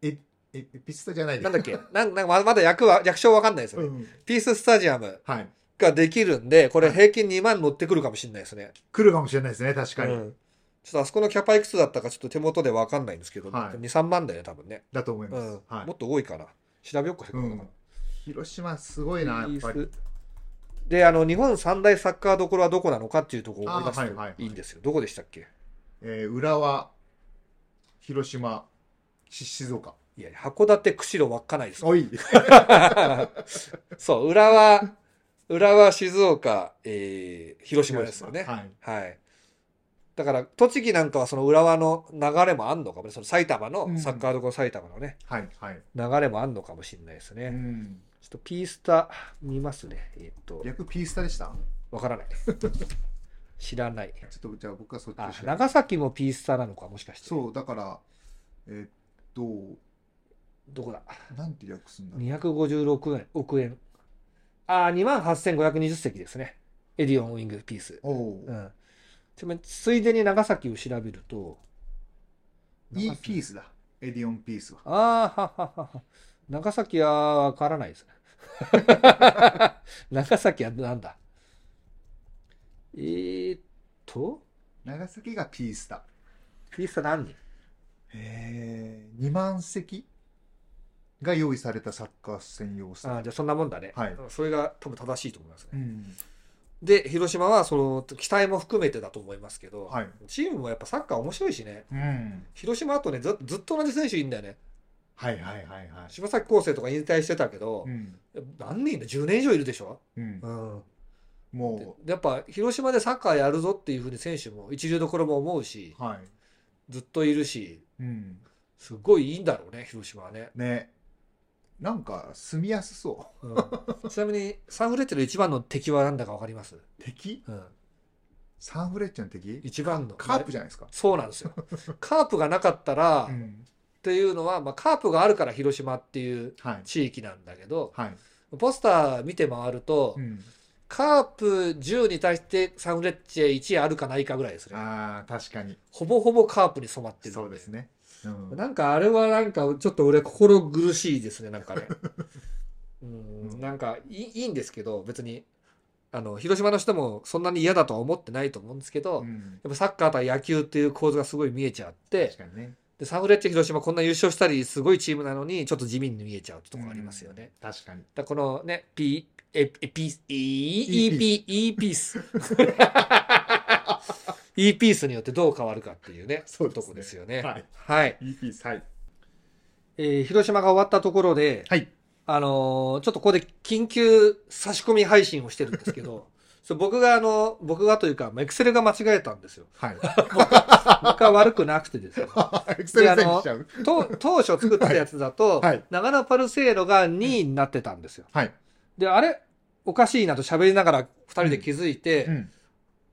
S1: え、え、ピスタじゃないで
S2: な
S1: す
S2: んだっけ、なんなんかままだ役は、略称わかんないですよ
S1: う
S2: ね。
S1: ん。
S2: ピーススタジアム
S1: はい。
S2: ができるんで、これ平均2万乗ってくるかもしれないですね。
S1: 来るかもしれないですね、確か
S2: う
S1: に。
S2: んちょっとあそこのキャパいくつだったかちょっと手元でわかんないんですけど、
S1: はい
S2: 2、3万だよね、多分ね。
S1: だと思いうます
S2: ん。
S1: はい
S2: も。っと多いかな。調べよっか、
S1: うん広島すごいな、やっぱり。
S2: で、あの、日本三大サッカーどころはどこなのかっていうところを思い出
S1: あー
S2: す
S1: はいはいはい
S2: といいんですよ。どこでしたっけ
S1: えー浦和、広島、し静岡。
S2: いや、函館、釧路、稚内です。
S1: おい
S2: そう、浦和、浦和、静岡、えー広島ですよね。
S1: はい。
S2: はい。だから、栃木なんかはその浦和の流れもあんのかもね。その埼玉の、
S1: うん
S2: サッカーどころ埼玉のね、
S1: はい。はい。
S2: 流れもあんのかもしれないですね。
S1: うん。
S2: ちょっとピースタ見ますね。えーっと、
S1: 逆ピースタでした
S2: わからない。 知らない。
S1: ちょっと、じゃあ僕はそっち
S2: あ
S1: で、した。
S2: 長崎もピースタなのか、もしかして。
S1: そう、だから、えーっと、
S2: どこだ
S1: なんて略すんだろう。
S2: ?256 円、億円。ああ、28,520席ですね。エディオンウィングピース。
S1: おう
S2: うん。ちなみに、ついでに長崎を調べると、
S1: いいピースだ。エディオンピースは。
S2: ああ、はははは。長崎はわからないですね。 長崎はなんだえーっと、
S1: 長崎がピースタ。
S2: ピースタ何人
S1: えー、2万席が用意されたサッカー専用スタ
S2: ああ、
S1: ジ
S2: じゃあそんなもんだね。
S1: はい
S2: うんそれが多分正しいと思いますね
S1: ア。ム。うん。
S2: で、広島はその期待も含めてだと思いますけど、
S1: はい。
S2: チームもやっぱサッカー面白いしね、
S1: うん。
S2: 広島あとね、ずずっと同じ選手いいんだよね。
S1: はいはいはいはい。
S2: 柴崎康生とか引退してたけど
S1: う、ん。
S2: 何人いるの ?10 年以上いるでしょ、
S1: うん
S2: う。ん、で
S1: も
S2: やっぱ広島でサッカーやるぞっていうふうに選手も一流どころも思うし、
S1: う、は
S2: ずっといるし、
S1: い。うん。
S2: すごいいいんだろうね、広島はね。
S1: ね。なんか住みやすそ
S2: うんちなみにサンフレッチェの一番の敵は何だか分かります、
S1: う。敵
S2: うん、
S1: サンフレッチェの敵
S2: 一番の
S1: カープじゃないですか。
S2: そうなんです よカープがなかったら、
S1: う
S2: っ
S1: ん。
S2: ていうのは、まあ、カープがあるから広島っていう
S1: はい。
S2: 地域なんだけど
S1: はい。
S2: ポスター見て回ると、
S1: うん。
S2: カープ10に対してサンフレッチェ1あるかないかぐらいですね
S1: ああ、確かに。
S2: ほぼほぼカープに染まってる
S1: そうですね。うん。
S2: なんかあれはなんかちょっと俺心苦しいですねなん かねう
S1: うん
S2: んなんかいいいいんですけど別にあの広島の人もそんなに嫌だとは思ってないと思うんですけど、
S1: う
S2: や
S1: ん
S2: っぱサッカーと野球っていう構図がすごい見えちゃって
S1: 確かにね。
S2: でサンフレッチェ広島こんな優勝したりすごいチームなのにちょっと地味に見えちゃうってところありますよね、
S1: うん。確かに。
S2: だからこのね P ええピース E
S1: い
S2: E ピー E ピース E ピースによってどう変わるかっていうね
S1: そうですね
S2: とこですよね
S1: はい
S2: はい、
S1: EP はい。
S2: えー広島が終わったところで、
S1: はい。
S2: あのーちょっとここで緊急差し込み配信をしてるんです けど、そう僕があの、僕がというか、エクセルが間違えたんですよ。
S1: はい。
S2: 僕は悪くなくて ですね。
S1: エクセルセーフしちゃう。
S2: と当初作ったやつだと、
S1: はいはい
S2: 長野パルセーロが2位になってたんですよ。
S1: はい。
S2: で、あれおかしいなと喋りながら2人で気づいて、
S1: うん。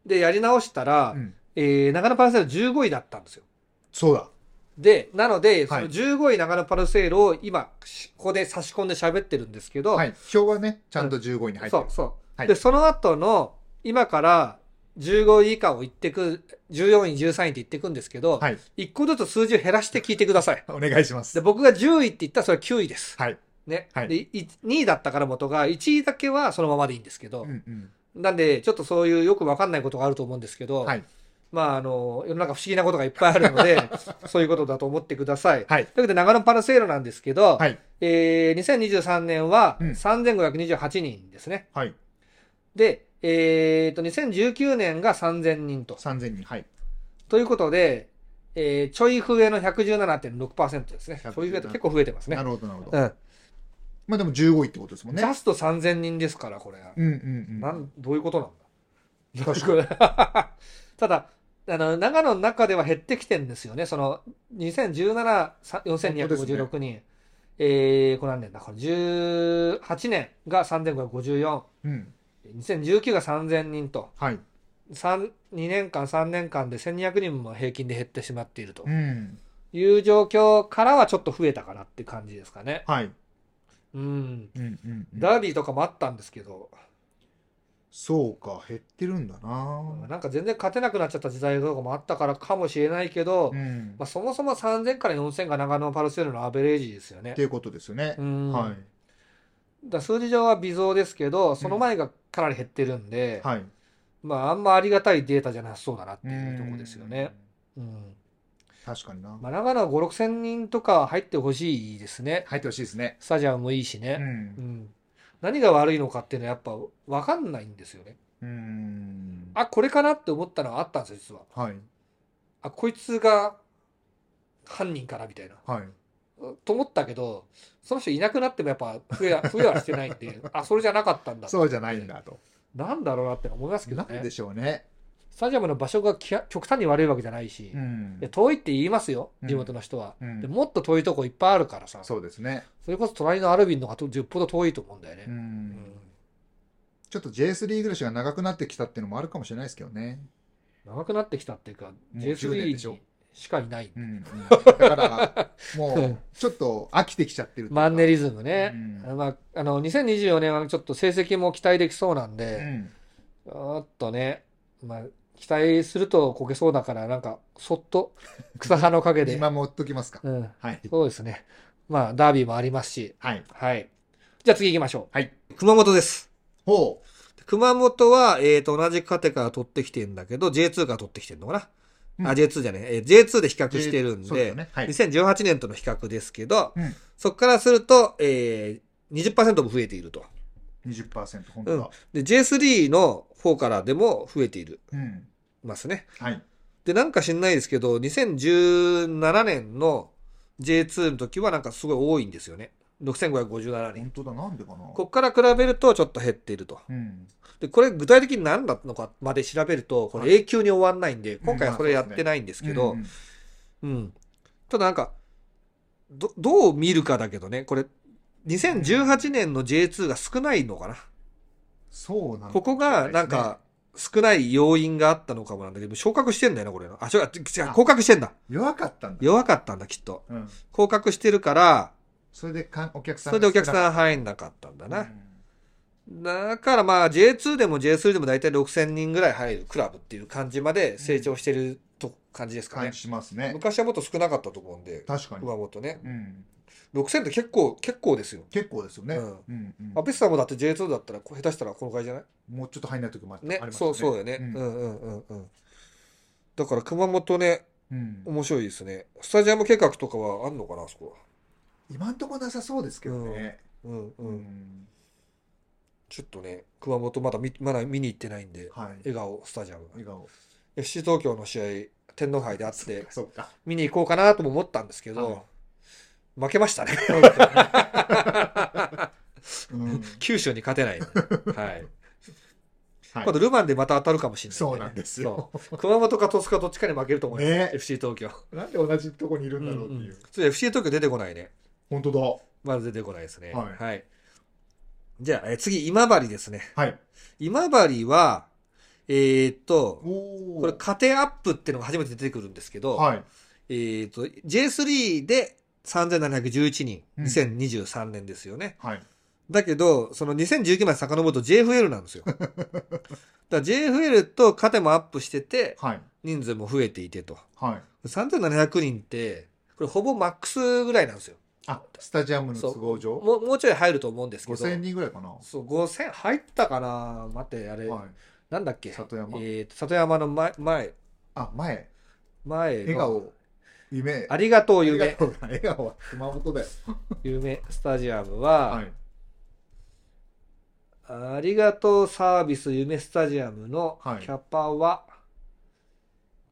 S2: で、やり直したら、
S1: うん
S2: えー長野パルセーロ15位だったんですよ。
S1: そうだ。
S2: で、なので、そ
S1: はい
S2: の15位長野パルセーロを今、しここで差し込んで喋ってるんですけど、
S1: はい。表はね、ちゃんと15位に入って
S2: そう
S1: る。
S2: そう、
S1: はい
S2: でその後の今から15位以下を言ってく14位13位って言ってくんですけど、
S1: はい。
S2: 1個ずつ数字を減らして聞いてください
S1: お願いします
S2: で。僕が10位って言ったらそれは9位です、
S1: はい。
S2: ね
S1: はい
S2: で2位だったから元が1位だけはそのままでいいんですけど
S1: う、んうん。
S2: なんでちょっとそういうよく分かんないことがあると思うんですけど、
S1: はい。
S2: まああの世の中不思議なことがいっぱいあるので そういうことだと思ってください、
S1: はい
S2: というわけで長野パルセーロなんですけど、
S1: はい。
S2: えー2023年は
S1: うん
S2: 3528人ですね、
S1: はい。
S2: で、えー、と、2019年が3000人と。
S1: 3000人。はい。
S2: ということで、えーちょい増えの117.6%ですね。
S1: 117
S2: ちょい増えと結構増えてますね
S1: な。るほど、なるほど。
S2: うん。
S1: まあでも15位ってことですもん
S2: ジ
S1: ね。
S2: ャスト3000人ですから、これ。
S1: うんうんうん。
S2: なんどういうことなんだ
S1: 確
S2: ただ、あの、長野の中では減ってきてるんですよね。その、2017、さ
S1: 本当
S2: 4256人。えー、これ何年だこれ18年が3554。
S1: うん。
S2: 2019が3000人と。
S1: はい。
S2: 2年間3年間で1200人も平均で減ってしまっていると
S1: うん。
S2: いう状況からはちょっと増えたかなって感じですかね。
S1: はい。
S2: うん。
S1: うんうんうん。
S2: ダービーとかもあったんですけど、
S1: そうか、減ってるんだな。
S2: なんか全然勝てなくなっちゃった時代とかもあったからかもしれないけど、
S1: うん。
S2: まあ、そもそも3000から4000が長野パルセルのアベレージですよね
S1: って。いうことですよね
S2: う。ん。
S1: は
S2: だから数字上は微増ですけど、その前がかなり減ってるんで
S1: い。、はい。
S2: まああんまありがたいデータじゃなさそうだなっていうところですよね。うん。
S1: 確かにな。
S2: まあ、長野は5、6000人とか入ってほしいですね。
S1: 入ってほしいですね。
S2: スタジアムもいいし
S1: う。
S2: ね。うんん。何が悪いのかっていうのはやっぱ分かんないんですよね。
S1: うん。
S2: あ、これかなって思ったのはあったんですよ、実は。
S1: はい。
S2: あ、こいつが犯人かなみたいな。
S1: はい。
S2: と思ったけど、その人いなくなってもやっ ぱ増え、増えはしてないんで、あ、それじゃなかったんだ。
S1: そうじゃないんだと。
S2: なんだろうなって思いますけ
S1: な
S2: ど
S1: ん
S2: ね
S1: で。しょうね。
S2: スタジアムの場所がきや極端に悪いわけじゃないし、
S1: うん
S2: いや。遠いって言いますよ、
S1: うん
S2: 地元の人は。
S1: うん
S2: でもっと遠いとこいっぱいあるからさ。
S1: そうですね。
S2: それこそ隣のアルビンの方がと10歩ほど遠いと思うんだよね。
S1: う
S2: うん
S1: ん。ちょっと J3 暮らしが長くなってきたっていうのもあるかもしれないですけどね。
S2: 長くなってきたっていうか、
S1: う10年
S2: J3
S1: でしょ
S2: にしかいない。
S1: うんうん。だ から、
S2: う
S1: も
S2: ん
S1: う、ちょっと飽きてきちゃってるっていうか。
S2: マンネリズムね。
S1: うん
S2: まあ、あの、2024年はちょっと成績も期待できそうなん
S1: う
S2: で、
S1: ん。
S2: ちょっとね、まあ、期待するとこけそうだから、なんか、そっと草葉の陰で。
S1: 今も追っときますか。
S2: うん、
S1: はい。
S2: そうですね。まあ、ダービーもありますし。
S1: はい。
S2: はい。じゃあ次行きましょう。
S1: はい。
S2: 熊本です。
S1: ほ
S2: 熊本は、えっ、と、同じカテから取ってきてんだけど、J2 から取ってきてんのかな、
S1: う
S2: あ、
S1: ん
S2: J2 じゃねえ、えー J2 で比較
S1: う。
S2: してるん
S1: そうだよ
S2: で、
S1: ね。はい。
S2: 2018年との比較ですけど、
S1: うん
S2: そこからすると、えー、20%も増えていると。
S1: 20%、本当だ。
S2: で、J3 の方からでも増えている
S1: うん。
S2: ますね。
S1: はい。
S2: で、なんか知んないですけど、2017年の J2 の時はなんかすごい多いんですよね。6557人
S1: 本。当だ、なんでかな。
S2: こっから比べるとちょっと減っていると。
S1: うん。
S2: で、これ具体的に何だったのかまで調べると、これ永久に終わんないんで、今回はそれやってないんですけど、
S1: うんうん
S2: うん。ただなんか、ど、どう見るかだけどね、これ、 2018年の J2 が少ないのかな。
S1: そうなん
S2: ここが、なんか、少ない要因があったのかもなんだけど、昇格してんだよな、これな。あ、違う、違う、降格してんだ。
S1: 弱かったんだ、
S2: 弱かったんだ、きっと。
S1: うん、
S2: 降格してるから、
S1: それでかんお客さん
S2: それでお客さ
S1: ん
S2: ん入んなかったんだな。だからまあ J2 でも J3 でも大体6000人ぐらい入るクラブっていう感じまで成長してると感じですか
S1: 感
S2: ね
S1: じ。しますね
S2: 昔はもっと少なかったと思うんで、
S1: 確かに、
S2: 上本ね。
S1: うん、
S2: 6000って結構、結構ですよ。
S1: 結構ですよね、
S2: う
S1: うんんうん
S2: アベスさんもだって J2 だったら、こ下手したらこの回じゃない
S1: もうちょっと入んない時もあ,、
S2: ね
S1: あります
S2: そう、そうだよね。うんうんうんうん。だから熊本ね、
S1: うんうん
S2: 面白いですね。スタジアム計画とかはあんのかな、あそこは。
S1: 今んとこなさそうですけどね、
S2: うん
S1: うん
S2: うん。ちょっとね、熊本まだ見まだ見に行ってないんで、
S1: はい
S2: 笑顔スタジアムが。
S1: 笑顔
S2: FC 東京の試合、天皇杯であって、
S1: そっか
S2: 見に行こうかなとも思ったんですけど、負けま したね。
S1: そうですよねうん
S2: 九州に勝てない、ね。はい。
S1: はい
S2: 今度ルマンでまた当たるかもしれない、
S1: そうなんですよ
S2: そう。熊本か戸塚どっちかに負けると思います。
S1: ね
S2: FC 東京。
S1: なんで同じとこにいるんだろうっていう、
S2: んんそう FC 東京出てこないね。
S1: 本当だ
S2: まだ出てこないですね。
S1: はい
S2: じゃあ、え次、今治ですね。
S1: はい
S2: 今治は、えーっと、
S1: おお
S2: これ、家庭アップっていうのが初めて出てくるんですけど、
S1: はい
S2: えーっと、J3 で3711人、
S1: うん
S2: 2023年ですよね。
S1: はい
S2: だけど、その2019まで遡ると JFL なんです よ。だから JFL と肩もアップしてて、
S1: はい
S2: 人数も増えていてと。
S1: はい
S2: 3700人って、これほぼマックスぐらいなんですよ。
S1: あスタジアムの都合上
S2: もうもうちょい入ると思うんですけど。
S1: 5000人ぐらいかな
S2: そう、5000入ったかな待って、あれ、
S1: はい
S2: なんだっけ。
S1: 里山
S2: えーと、里山の前、前、
S1: あ前
S2: 前の
S1: 笑顔夢
S2: ありがとう
S1: あり
S2: 夢
S1: が、とう笑顔は熊本だよ
S2: 夢スタジアムは、
S1: はい
S2: ありがとうサービス夢スタジアムの
S1: はい
S2: キャパは、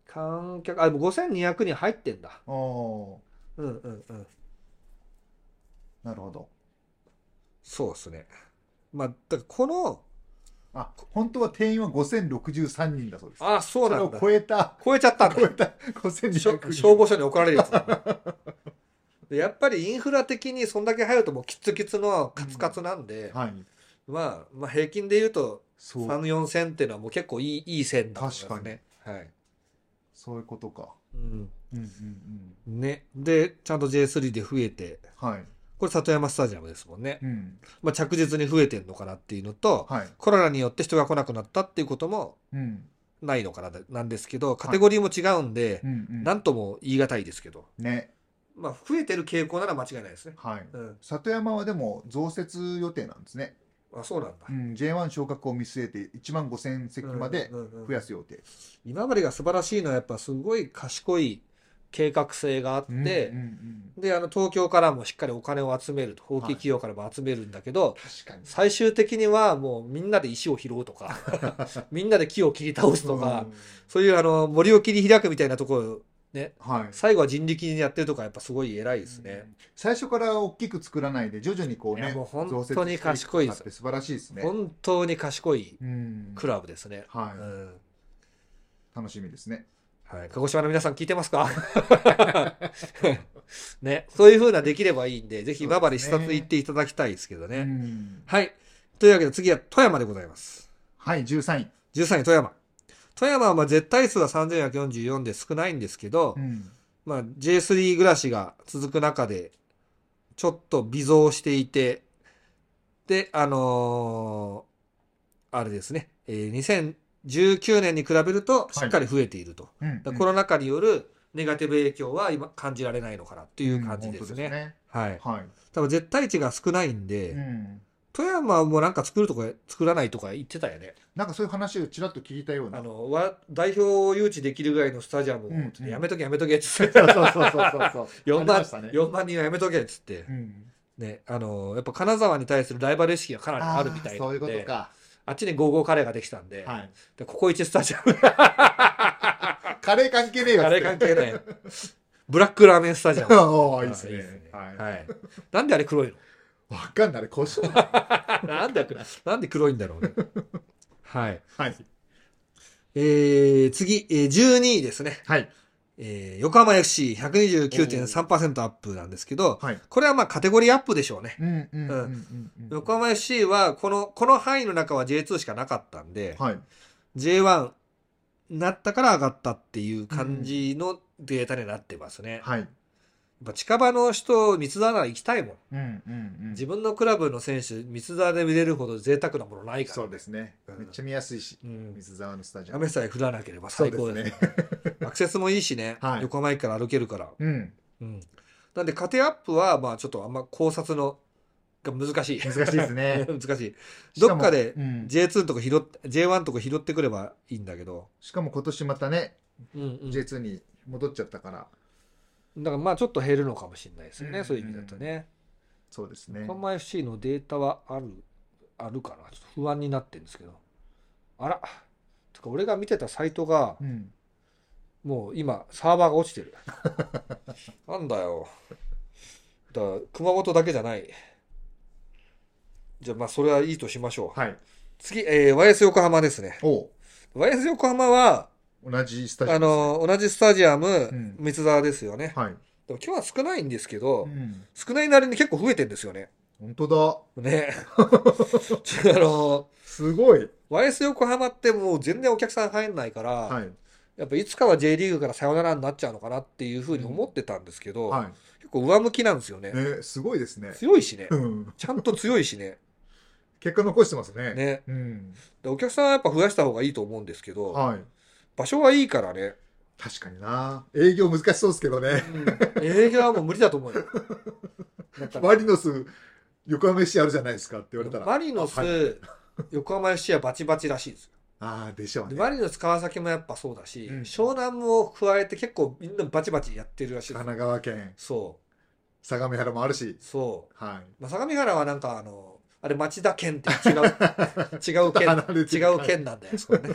S2: 観客、あ、でも5200人入ってんだ。
S1: おお
S2: うんうんうん。
S1: ーなるほど
S2: そうですね。まあ、だからこの、
S1: あ本当は定員は5063人だそうです
S2: あ、そうなん
S1: それ
S2: だ
S1: を。超えた
S2: 超えちゃったんだ
S1: 超えた
S2: しょ
S1: 5200
S2: 消
S1: 人
S2: 防署に怒られるやつだなでやっぱりインフラ的にそんだけ入るともうキツキツのカツカツなんで、
S1: はい
S2: まあ、まあ平均で言うと
S1: そう
S2: 3、4線っていうのはもう結構いい、いい線だと思いますね。はい。
S1: そういうことか
S2: うん。
S1: うんうんうん
S2: ね。で、ちゃんと J3 で増えて、
S1: はい
S2: これ里山スタジアムですもんね。
S1: うん
S2: まあ、着実に増えてんのかなっていうのと、
S1: はい
S2: コロナによって人が来なくなったっていうことも
S1: うん
S2: ないのかなでなんですけど、カテゴリーも違うんで、
S1: うんうん
S2: なんとも言い難いですけど、
S1: ね
S2: まあ、増えてる傾向なら間違いないですね。
S1: はい
S2: うん。
S1: 里山はでも増設予定なんですね、
S2: あ、そうなんだ
S1: う。ん、J1 昇格を見据えて1万5000席まで
S2: うんうんうん
S1: 増やす予定
S2: 今治が素晴らしいのは、やっぱすごい賢い計画性があって、
S1: うんうんうん
S2: で、あの、東京からもしっかりお金を集めると、法規企業からも集めるんだけど、
S1: 確かに
S2: 最終的にはもうみんなで石を拾うと か、みんなで木を切り倒すとか、そういうあの森を切り開くみたいなところ、ね、
S1: うんはい
S2: 最後は人力にやってるとかやっぱすごい偉いですね。
S1: 最初から大きく作らないで徐々にこう
S2: い
S1: ね
S2: やもう本
S1: 増設
S2: 当に賢いです
S1: してくって素晴らしいですね
S2: 本当に賢い
S1: うん
S2: クラブですね。
S1: は
S2: う
S1: い、
S2: ん
S1: 楽しみですね
S2: はい、鹿児島の皆さん聞いてますか ね、そういう風なできればいいんで、ぜひ今治視察行っていただきたいですけど
S1: う
S2: ね。
S1: ん
S2: はい。というわけで次は富山でございます。
S1: はい13位、
S2: 13位富山。富山はまあ絶対数は3444で少ないんですけど、
S1: うん
S2: まあ、J3 暮らしが続く中で、ちょっと微増していて、で、あのーあれですね、えー2019年に比べるとしっかり増えていると。
S1: うん
S2: だからコロナ禍によるネガティブ影響は今感じられないのかなっていう感じですね。
S1: うん本当ね
S2: はい。
S1: は
S2: 多分絶対値が少ないんで、
S1: い、うん、
S2: 富山もなんか作るとか作らないとか言ってたよね。
S1: なんかそういう話をちらっと聞いたような
S2: あの、わ代表を誘致できるぐらいのスタジアムを、
S1: うんうん
S2: やめとけやめとけって 言って
S1: そうそうそうそうそう
S2: 4
S1: あり
S2: 万、
S1: ましたね
S2: 4万人はやめとけっつって
S1: う、ん、
S2: ね、あの、やっぱ金沢に対するライバル意識がかなりあるみたい
S1: ーそ
S2: な
S1: うい
S2: ん
S1: うこと
S2: で、
S1: か、
S2: あっちに55カレーができたんで、
S1: はい、
S2: でここ一スタジアム、
S1: カレー関係ねえよ
S2: カレー関係ない。ブラックラーメンスタジ アム。
S1: おーいいですね
S2: あいいっすね
S1: はい
S2: はい。なんであれ黒いの
S1: わかんないあれ胡椒 なの
S2: なんで、なんで黒いんだろうね。はい。
S1: はい
S2: えー、次、えー、12位ですね。
S1: はい
S2: えー横浜 FC129.3% アップなんですけど、
S1: はい。
S2: これはまあカテゴリーアップでしょうね。
S1: うんうんうんうんうん。
S2: 横浜 FC はこの、この範囲の中は J2 しかなかったんで、
S1: はい。
S2: J1 になったから上がったっていう感じのデータになってますね。やっ
S1: はい。
S2: ぱ近場の人、三沢なら行きたいもん。
S1: うんうんうん。
S2: 自分のクラブの選手、三沢で見れるほど贅沢なものないから。
S1: そうですね。めっちゃ見やすいし、
S2: うん。
S1: 水沢のスタジアム。
S2: 雨さえ降らなければ最高ですね。
S1: そうですね。
S2: アクセスもいいしね、
S1: はい
S2: 横浜駅から歩けるから。
S1: うん。
S2: うん。なんで、家庭アップは、まあちょっとあんま考察の、が難しい。
S1: 難しいですね
S2: 難しい。どっかで
S1: しもうん、
S2: J2 とか拾って、J1 とか拾ってくればいいんだけど。
S1: しかも今年またね、
S2: うんうん
S1: J2 に戻っちゃったから、
S2: だからまあちょっと減るのかもしれないですよね、
S1: うん
S2: そういう意味だとね。
S1: そうですね
S2: 横。浜 FC のデータはある、あるかな。ちょっと不安になってるんですけど。あら。とか俺が見てたサイトが、
S1: うん。
S2: もう今、サーバーが落 ちてる。なんだよ。だから熊本だけじゃない。じゃあまあそれはいいとしましょう。
S1: はい。
S2: 次、えー、YS 横浜ですね。
S1: お
S2: YS 横浜は、
S1: 同じスタジ
S2: あ
S1: アム。
S2: の、同じスタジアム、
S1: ん
S2: 三沢ですよね。
S1: はい。
S2: でも今日は少ないんですけど、
S1: うん。
S2: 少ないなりに結構増えてんですよね。
S1: 本当だ。
S2: ね。ちょあの、
S1: すごい。
S2: YS 横浜ってもう全然お客さん入んないから、
S1: はい。
S2: やっぱいつかは J リーグからさよならになっちゃうのかなっていうふうに思ってたんですけど、
S1: はい。
S2: 結構上向きなんですよね
S1: え。ー、すごいですね。
S2: 強いしね
S1: う。ん。
S2: ちゃんと強いしね。
S1: 結果残してますね。
S2: ね。
S1: うん。
S2: でお客さんはやっぱ増やした方がいいと思うんですけど、
S1: はい。
S2: 場所はいいからね。
S1: 確かにな。営業難しそうですけど ね。
S2: 営業はもう無理だと思うよ。だから
S1: マリノス、横浜市あるじゃないですかって言われたら。
S2: マリノス、
S1: あはい
S2: 横浜 FC はバチバチらしいですよ。
S1: ああ、でしょう
S2: で
S1: ね。
S2: マリノス、川崎もやっぱそうだし、
S1: うん
S2: 湘南も加えて結構みんなバチバチやってるらしい
S1: 神
S2: で
S1: 奈
S2: す
S1: 川県、
S2: そ
S1: 相模原もあるし
S2: う、。そう。
S1: はい。
S2: まあ、相模原はなんかあの、あれ町田県って違う、 違う県、
S1: 離れて
S2: 違
S1: る
S2: う県な んだよ、そこね。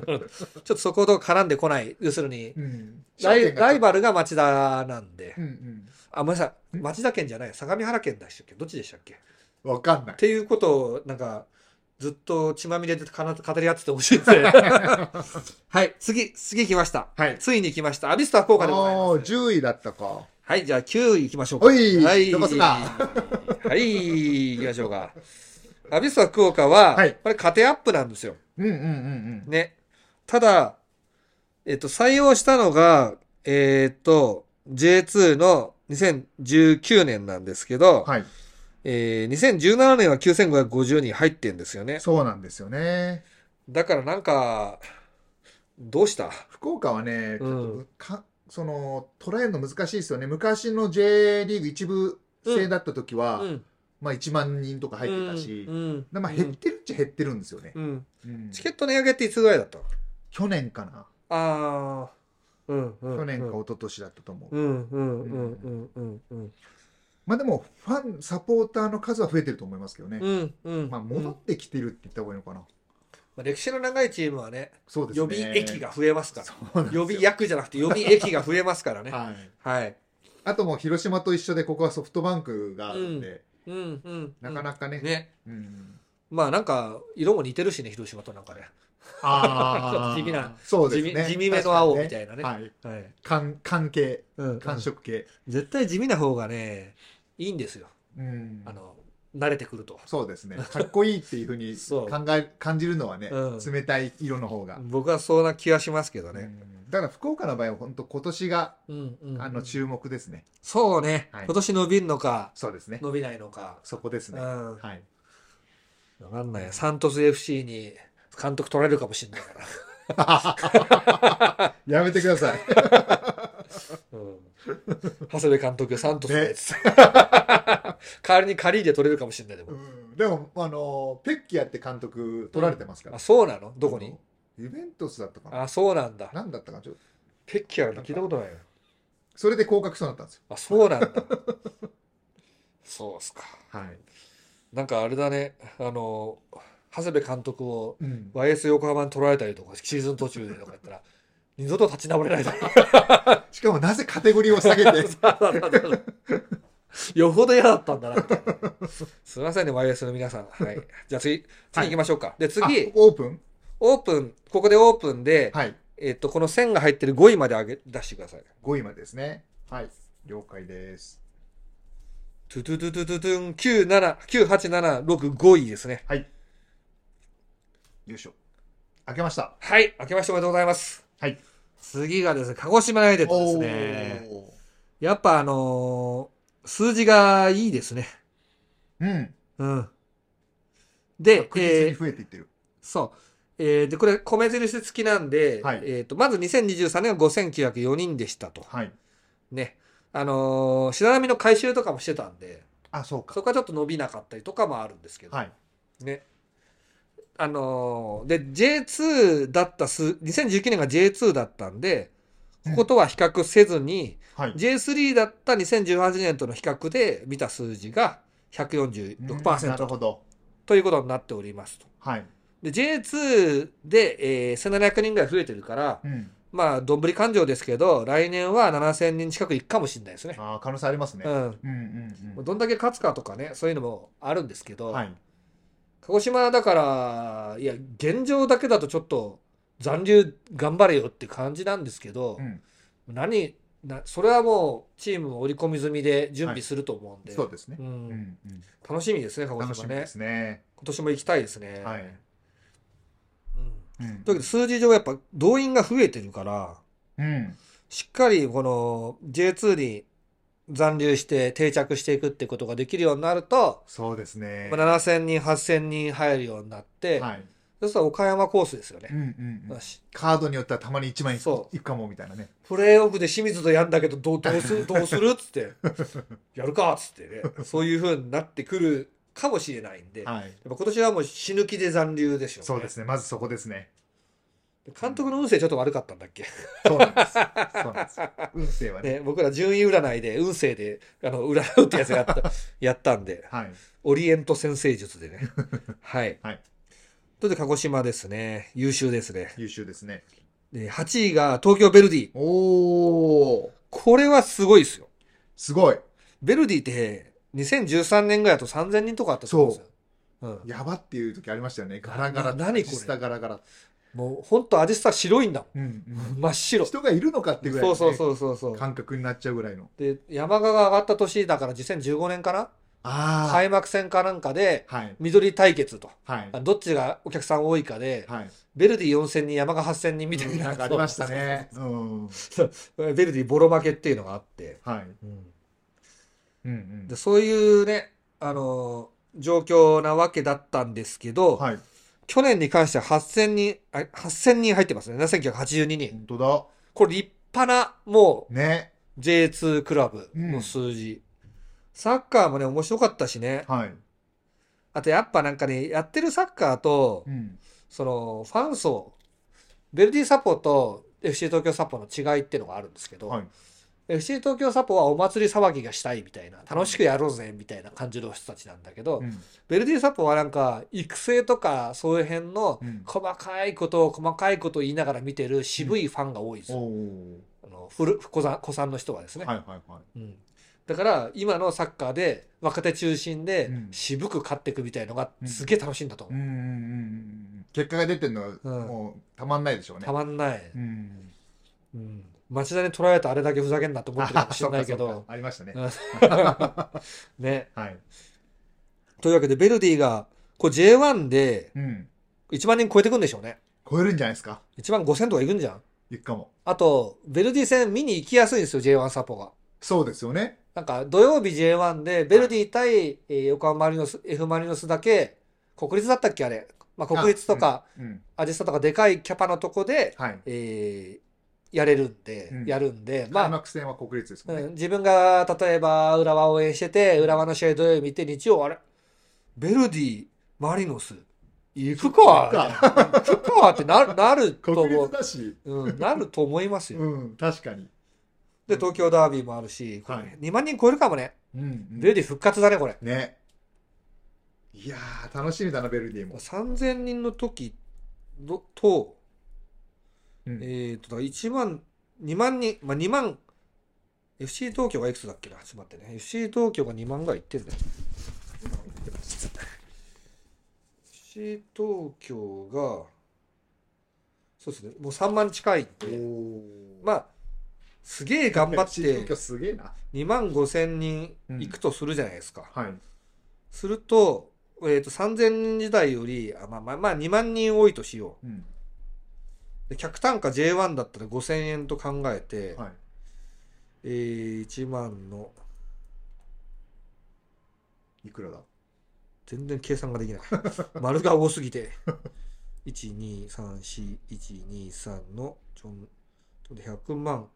S2: ちょっとそこと絡んでこない。要す るに、
S1: うん。
S2: ライライ
S1: バ
S2: バルが町田なんで
S1: う。ん
S2: あ、ごめんなさい。町田県じゃない。相模原県でしたっけどっちでしたっけっ
S1: うん。わかんない。
S2: ていうことを、なんか、ずっと血まみれでかな語り合っててほしいです ね。はい、次、次来ました。
S1: はい。
S2: ついに来ました。アビスタ効果でござい
S1: おー、
S2: ます。
S1: 10位だったか。
S2: はい、じゃあ9位行きましょうか。
S1: おい
S2: はい、
S1: どこっすか
S2: はい、行きましょうか。アビスタ福岡は、
S1: はい
S2: これ、家庭アップなんですよ。
S1: うんうんうん
S2: ね。ただ、えっと、採用したのが、えっと、J2 の2019年なんですけ
S1: うん。
S2: ど、
S1: はい。
S2: えー2017年は9550人入ってんですよね。
S1: そうなんですよね。
S2: だからなんか、どうした
S1: 福岡はね、ち
S2: うん
S1: ょっとか、その、捉えるの難しいですよね。昔の J リーグ一部制だった時は、
S2: うん
S1: まあ1万人とか入ってたし、
S2: うんうん
S1: でまあ減ってるっちゃ減ってるんですよね。
S2: うんうん
S1: うん
S2: チケット値上げっていつぐらいだったの
S1: 去年かな。
S2: ああ、うんうん、
S1: 去年か一昨年だったと思う。
S2: うんうんうんうんうんうん
S1: まあでも、ファン、サポーターの数は増えてると思いますけどね。
S2: うんうん
S1: まあ戻
S2: う
S1: っ
S2: ん
S1: てきてるって言った方がいいのかな。
S2: まあ歴史の長いチームはね
S1: そうですね。
S2: 予備駅が増えますから
S1: そうなんですよ
S2: 予備役じゃなくて予備駅が増えま すからね
S1: はい。
S2: はい
S1: あともう広島と一緒で、ここはソフトバンクがあるんで、
S2: うんうん
S1: なかなかね。
S2: ね
S1: うん。
S2: まあなんか色も似てるしね広島となんかね
S1: あ
S2: ちょっと地味な、
S1: そう
S2: 地
S1: です
S2: 味
S1: ね。
S2: 地味めの青み
S1: い
S2: たいなね
S1: はい。
S2: はい
S1: 関関係、
S2: うん
S1: 感触系。
S2: 絶対地味な方がねいいんですよ
S1: うん。
S2: あの慣れてくると
S1: そうですね。かっこいいっていうふうに
S2: そう
S1: 考え、感じるのはね、
S2: うん
S1: 冷たい色の方が。
S2: 僕はそんな気はしますけど
S1: う
S2: ね
S1: んだから福岡の場合は本当今年が、
S2: うんうん
S1: あの注目ですね。
S2: そうね
S1: はい
S2: 今年伸びるのか
S1: そうですね。
S2: 伸びないのか
S1: そこです
S2: う
S1: ね。
S2: ん
S1: はい。
S2: わかんない。サントス FC に監督取られるかもしれないから。
S1: やめてください。
S2: うん、長谷部監督、サントスで、つって 代わりにカリーで取れるかもしれないでも。
S1: うんでも、あの、ペッキアって監督取られてますから
S2: あ、。そうなのどこに
S1: ユベントスだったかな
S2: あ、そうなんだ。
S1: なんだったかなちょっと
S2: ペッキアなんて聞いたことないよ。
S1: それで降格しそうになったんですよ。
S2: あ、そう なんだ。そうっすか。
S1: はい。
S2: なんかあれだね、あの、長谷部監督を
S1: うん。
S2: YS 横浜に取られたりとか、シーズン途中でとかやったら、二度と立ち直れないだろう
S1: しかもなぜカテゴリーを 下げて。
S2: よほど嫌だったんだなみたいな。すみませんね、YS の皆さん。はい。じゃあ次、次行きましょうか。で、次
S1: あ、オープン
S2: オープン、ここでオープンで、
S1: はい。
S2: えっと、この線が入ってる5位まで上げ出してください。
S1: 5位までですね。はい。了解です。
S2: トゥトゥトゥトゥトゥトゥン、97、9、8、7、6、5位ですね。
S1: よいしょ。開けました。
S2: はい、明けましておめでとうございます。
S1: はい。
S2: 次がですね、鹿児島ナイテッドですね。
S1: おー
S2: やっぱあのー数字がいいですね。
S1: うん。
S2: うん。で、
S1: 確実
S2: え
S1: に
S2: ー
S1: 増えていってる。
S2: そう。えーで、これ、米印付きなんで、
S1: はい
S2: えっと、まず2023年は5904人でしたと。
S1: はい。
S2: ね。あのー、白波の回収とかもしてたんで、
S1: あ、そうか。
S2: そこはちょっと伸びなかったりとかもあるんですけど、
S1: はい。
S2: ね。あのーで、J2 だったす、2019年が J2 だったんで、こことは比較せずに、
S1: はい。
S2: J3 だった2018年との比較で見た数字が
S1: うんなる
S2: 146%
S1: ほど。
S2: ということになっておりますと。
S1: はい。
S2: で、J2 で、えー1700人ぐらい増えてるから、
S1: うん。
S2: まあ、どんぶり勘定ですけど、来年は7000人近くいくかもしれないですね。
S1: ああ、可能性ありますね
S2: う。ん。
S1: うんうん
S2: どんだけ勝つかとかね、そういうのもあるんですけ
S1: う
S2: ど、
S1: ん。はい。
S2: 鹿児島だからいや現状だけだとちょっと残留頑張れよって感じなんですけど
S1: う、ん。
S2: 何なそれはもうチームを織り込み済みで準備すると思うんで、
S1: そうですね
S2: う。ん
S1: うんうん。
S2: 楽しみですね鹿
S1: 楽
S2: 児
S1: し
S2: 島
S1: み
S2: ね
S1: ですね。
S2: 今年も行きたいですね、
S1: はい
S2: う
S1: うん
S2: んというわけで数字上やっぱ動員が増えてるから
S1: うん。
S2: しっかりこの J2 に残留して定着していくってことができるようになると、
S1: そうですね。
S2: まあ7000人8000人入るようになって、
S1: はい。
S2: そしたら岡山コースですよね
S1: う、んうんうん
S2: よ。し
S1: カードによってはたまに1枚い
S2: そ
S1: くかもみたいなね。
S2: プレーオフで清水とやんだけどどうど うするどうするっつってやるかっつってねそういう風になってくるかもしれないんで、やっ
S1: はい。
S2: ぱ今年はもう死ぬ気で残留でしょ
S1: そうですね。まずそこですね。
S2: 監督の運勢ちょっと悪かったんだっけ、
S1: そうなんです。そうなんです。運勢はね。
S2: ね、僕ら順位占いで運勢であの占うってやつ やったやったんで
S1: はい。
S2: オリエント先生術 でねはい、
S1: はい、
S2: ということで鹿児島ですね優秀ですね
S1: 優秀ですね。
S2: で8位が東京ヴェルディ
S1: おー。
S2: これはすごいですよ
S1: すごい。
S2: ヴェルディって2013年ぐらいだと3000人とかあったと思うんですようん、
S1: やばっていう時ありましたよね。ガラガラ。
S2: な何これ
S1: アジスタガラガラ。
S2: もうほんとアジスタ白いんだも
S1: うん
S2: ん真
S1: う
S2: っ
S1: ん。
S2: 白
S1: 人がいるのかっていうぐらい
S2: そ
S1: の
S2: う
S1: ね
S2: そうそうそうそう
S1: 感覚になっちゃうぐらいの。
S2: で山鹿が上がった年だから2015年かな
S1: ああ。はい。
S2: 開幕戦かなんかで
S1: はい。
S2: 緑対決と
S1: はい。
S2: どっちがお客さん多いかで
S1: はい。
S2: ベルディ4000人山鹿8000人みたいな,、
S1: なんかありましたね。うん。
S2: ベルディボロ負けっていうのがあって、
S1: はい。うんうん
S2: で。そういうねあのー状況なわけだったんですけど、
S1: はい。
S2: 去年に関しては8000人あ8000人入ってますね7982人
S1: 本当
S2: これ立派なもう
S1: だ。ね。
S2: J2 クラブの数字、サッカーもね面白かったしね
S1: はい。
S2: あとやっぱなんかねやってるサッカーと、
S1: うん。
S2: そのファン層ベルディサポと FC 東京サポの違いっていうのがあるんですけど、
S1: はい
S2: FC 東京サポはお祭り騒ぎがしたいみたいな楽しくやろうぜみたいな感じの人たちなんだけど、
S1: うん
S2: ベルディサポはなんか育成とかそういう辺の
S1: うん。
S2: 細かいことを細かいことを言いながら見てる渋いファンが多いです
S1: お
S2: よ、
S1: お。
S2: あの古子さん子さんの人はですね、
S1: はいはいはい。
S2: うん、だから今のサッカーで若手中心で
S1: うん
S2: 渋く勝っていくみたいのが
S1: うん
S2: すげえ楽しいんだと思
S1: う
S2: う、
S1: んうんうんうん。結果が出てるのはもうたまんないでしょうね。
S2: たまんない、
S1: うん。
S2: うん、町田に取られたあれだけふざけんなと思ってるかもしれないけ
S1: あ そっかそっ
S2: ど
S1: かありましたね。
S2: うんね
S1: はい。
S2: というわけでベルディがこう J1 で
S1: うん。
S2: 1万人超えてくんでしょうね
S1: 超えるんじゃないですか。
S2: 1万5000とかいくんじゃん
S1: いくかも。
S2: あとベルディ戦見に行きやすいんですよ J1 サポが
S1: そうですよね。
S2: なんか土曜日 J1 でベルディ対、えー横浜マリノス F ・マリノスだけ国立だったっけあれ、まあ、国立とか、
S1: うん。
S2: アジスタとかでかいキャパのとこで、
S1: はい。
S2: えーやれるんで、
S1: うん
S2: やるんで、
S1: 開
S2: まあ、
S1: 幕戦は国立ですもん
S2: うん
S1: ね。
S2: 自分が例えば浦和を応援してて、浦和の試合土曜日見て、日曜、あれ、ベルディ、マリノス、行くか、行くかってななると
S1: 国
S2: 思
S1: 立
S2: う、
S1: だし。
S2: うん、なると思いますよ。
S1: うん。確かに。
S2: で、東京ダービーもあるし、
S1: はい
S2: 2万人超えるかもね、
S1: うんうん。
S2: ベルディ復活だね、これ。
S1: ね。いやー、楽しみだな、ベルディも。
S2: 3000人の時のと、
S1: うん
S2: えー、と、だ1万、2万人、まあ、2万、FC 東京がいくつだっけな、ちょっと待ってね。FC 東京が2万ぐらいいってんだよ。FC 東京が、そうですね。もう3万近いんで。
S1: お
S2: まあ、すげえ頑張っ
S1: 新東京
S2: て、
S1: すげえな。
S2: 2万5千人行くとするじゃないですか。
S1: はい。
S2: すると、えっ、と、3000人時代より、あまあまあまあ2万人多いとしよ
S1: うん。
S2: う。で、客単価 J1 だったら5000円と考えて、
S1: はい。
S2: えー、1万の、
S1: いくらだ
S2: 全然計算ができない。 丸が多すぎて。1、2、3、4、1、2、3の、ちょん、ちょっと100万。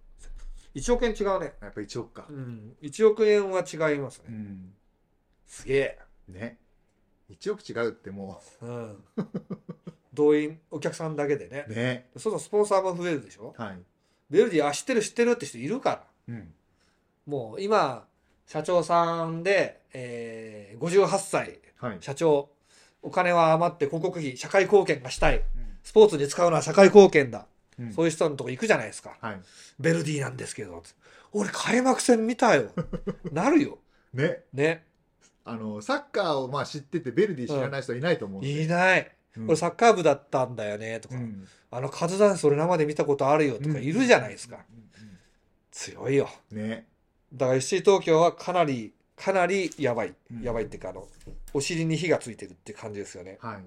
S2: 1億円違うね。
S1: やっぱ1億か
S2: う。ん。1億円は違います
S1: う
S2: ね。
S1: ん。
S2: すげえ。
S1: ね。1億違うっても
S2: うん。動員、お客さんだけでね
S1: う、。ね。
S2: そうそう、スポンサーも増えるでしょ。
S1: はい。
S2: ベルディ、あ、知ってる、知ってるって人いるから。
S1: うん。
S2: もう今、社長さんで、えー、58歳、
S1: はい。
S2: 社長、お金は余って広告費、社会貢献がしたい。
S1: うん
S2: スポーツに使うのは社会貢献だ。
S1: うん
S2: そういう人のとこ行くじゃないですか。
S1: はい。
S2: ベルディなんですけど。俺、開幕戦見た よ。なるよ。
S1: ね。
S2: ね。
S1: あの、サッカーをまあ知ってて、ベルディ知らない人いないと思うんで。
S2: いない。
S1: うん
S2: 俺、サッカー部だったんだよね、とか。
S1: うん
S2: あの、カズダンス俺生で見たことあるよ、とか、いるじゃないですか。。強いよ。
S1: ね。
S2: だから FC 東京はかなり、かなりやばい
S1: うん。
S2: やばいっていうか、あの、お尻に火がついてるって感じですよね。
S1: はい。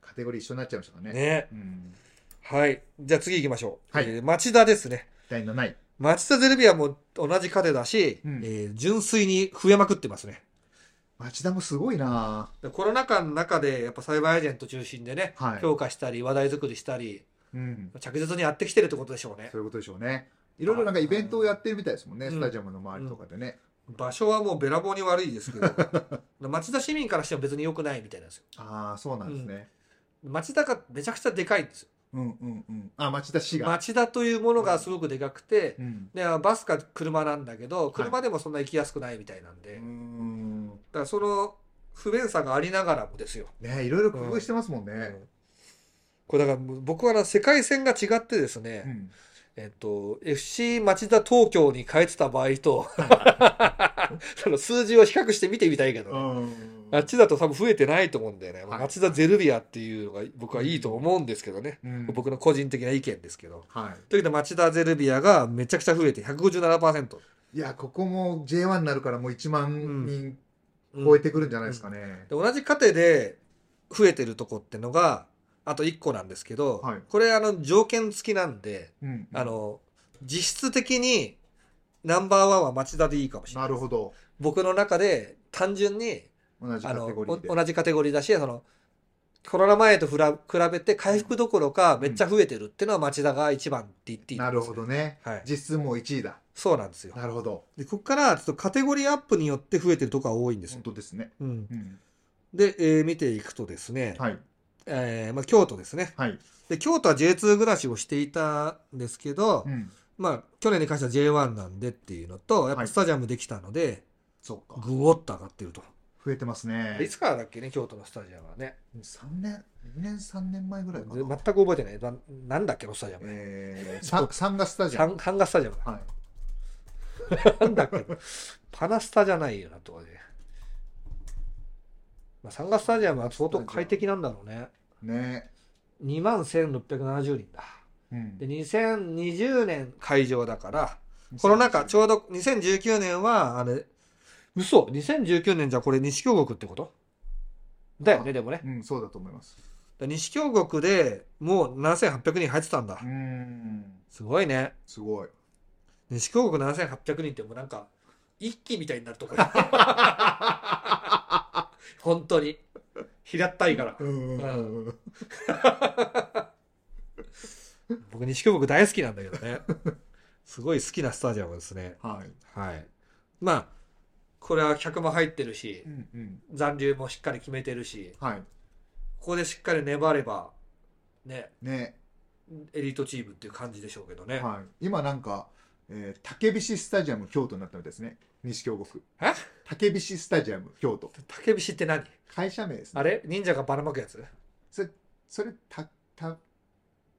S1: カテゴリー一緒になっちゃいましたからね。
S2: ね。
S1: うん。
S2: はい。じゃあ次行きましょう。
S1: はい
S2: えー町田ですね。
S1: 第7位。
S2: 町田ゼルビアも同じカテだし、
S1: うん
S2: えー純粋に増えまくってますね。
S1: 町田もすごいな
S2: でコロナ禍の中で、やっぱ栽培エージェント中心でね、
S1: はい
S2: 強化したり、話題作りしたり、
S1: うん。
S2: 着実にやってきてるってことでしょうね
S1: そ。ういうことでしょうね。いろいろなんかイベントをやってるみたいですもんね、
S2: うん
S1: スタジアムの周りとかでね。
S2: 場所はもうべらぼうに悪いです けど、町田市民からしても別に良くないみたいなんですよ。
S1: ああ、そうなんですね。
S2: 町田がめちゃくちゃでかいんですよ。
S1: うんうんうん。あ、町田市が。
S2: 町田というものがすごくでかくて、
S1: うん。
S2: でバスか車なんだけど車でもそんな行きやすくないみたいなんで、
S1: うー
S2: だ
S1: ん。
S2: からその不便さがありながらもですよ、
S1: ねいろいろ工夫してますもん
S2: う
S1: ね。
S2: んこれだからもう僕はな世界線が違ってですね、
S1: うん。
S2: えっと、FC 町田東京に変えてた場合 とその数字を比較して見てみたいけどね、
S1: うん
S2: あっちだと多分増えてないと思うんだよね、
S1: はい
S2: 町田ゼルビアっていうのが僕はいいと思うんですけどね、
S1: うん
S2: 僕の個人的な意見ですけど。
S1: は
S2: というわけで町田ゼルビアがめちゃくちゃ増えて157%。
S1: い。いや、ここも J1 になるからもう1万人
S2: うん
S1: 超えてくるんじゃないですかね。
S2: で同じ過程で増えてるとこってのがあと1個なんですけど、
S1: はい
S2: これあの条件付きなんで、
S1: うん。
S2: あ、の実質的にナンバーワンは町田でいいかもしれな
S1: ないるほど。
S2: 僕の中で単純に
S1: 同じ
S2: あ
S1: カ
S2: の
S1: テゴリ
S2: お
S1: ーで。
S2: 同じカテゴリーだしそのコロナ前とふら比べて回復どころかめっちゃ増えてるっていうのは町田が一番って言っていいと
S1: な
S2: 思い
S1: る
S2: ます
S1: ほどね。
S2: はい、
S1: 実質もう1位だ。
S2: そうなんですよ
S1: なるほど。
S2: でここからちょっとカテゴリーアップによって増えてるとこが多いんです
S1: 本
S2: よ、
S1: 当ですね。
S2: うん、
S1: うん。
S2: で、えー見ていくとですね、
S1: はい。
S2: えーまあ、京都ですね
S1: はい。
S2: で京都は J2 暮らしをしていたんですけど、
S1: うん。
S2: まあ、去年に関しては J1 なんでっていうのとやっ
S1: は
S2: ぱ
S1: い
S2: スタジアムできたので、
S1: そうか。
S2: ぐおっと上がってると、
S1: 増えてますね。
S2: いつからだっけね京都のスタジアムはね
S1: 3年、2年、3年前ぐらいか
S2: で全
S1: な
S2: く。覚えてないななんだっけのスタジアムね、
S1: えー、サンサンガスタジアム。
S2: 半半月スタジアムだ
S1: はい。
S2: なんだっけパナスタじゃないよなとかね、まあ、サンガスタジアムは相当快適なんだろうね
S1: ね
S2: 2万1670人だ
S1: うん
S2: で2020年会場だからこの中、ちょうど2019年は、あれ、嘘 ?2019 年じゃこれ西京極ってことだよね、
S1: あ
S2: でもね。
S1: うん、そうだと思います。
S2: だ西京極でもう7800人入ってたんだ
S1: う。ん、
S2: すごいね。
S1: すごい。
S2: 西京極7800人ってもうなんか、一気みたいになるとこ ろ。本当に。平ったいから。
S1: うん
S2: うん僕、西京極大好きなんだけどね。すごい好きなスタジアムですね。
S1: はい。
S2: はい。まあ、これは客も入ってるし
S1: う、んうん。
S2: 残留もしっかり決めてるし、
S1: はい。
S2: ここでしっかり粘れば、ね、
S1: ね、
S2: エリートチームっていう感じでしょうけどね。
S1: はい。今なんか、えー、竹菱スタジアム京都になったみたいですね。西京極。
S2: え
S1: 竹菱スタジアム京都。
S2: 竹菱って何
S1: 会社名ですね。
S2: あれ忍者がばらまくやつ
S1: それ、それ、た、た、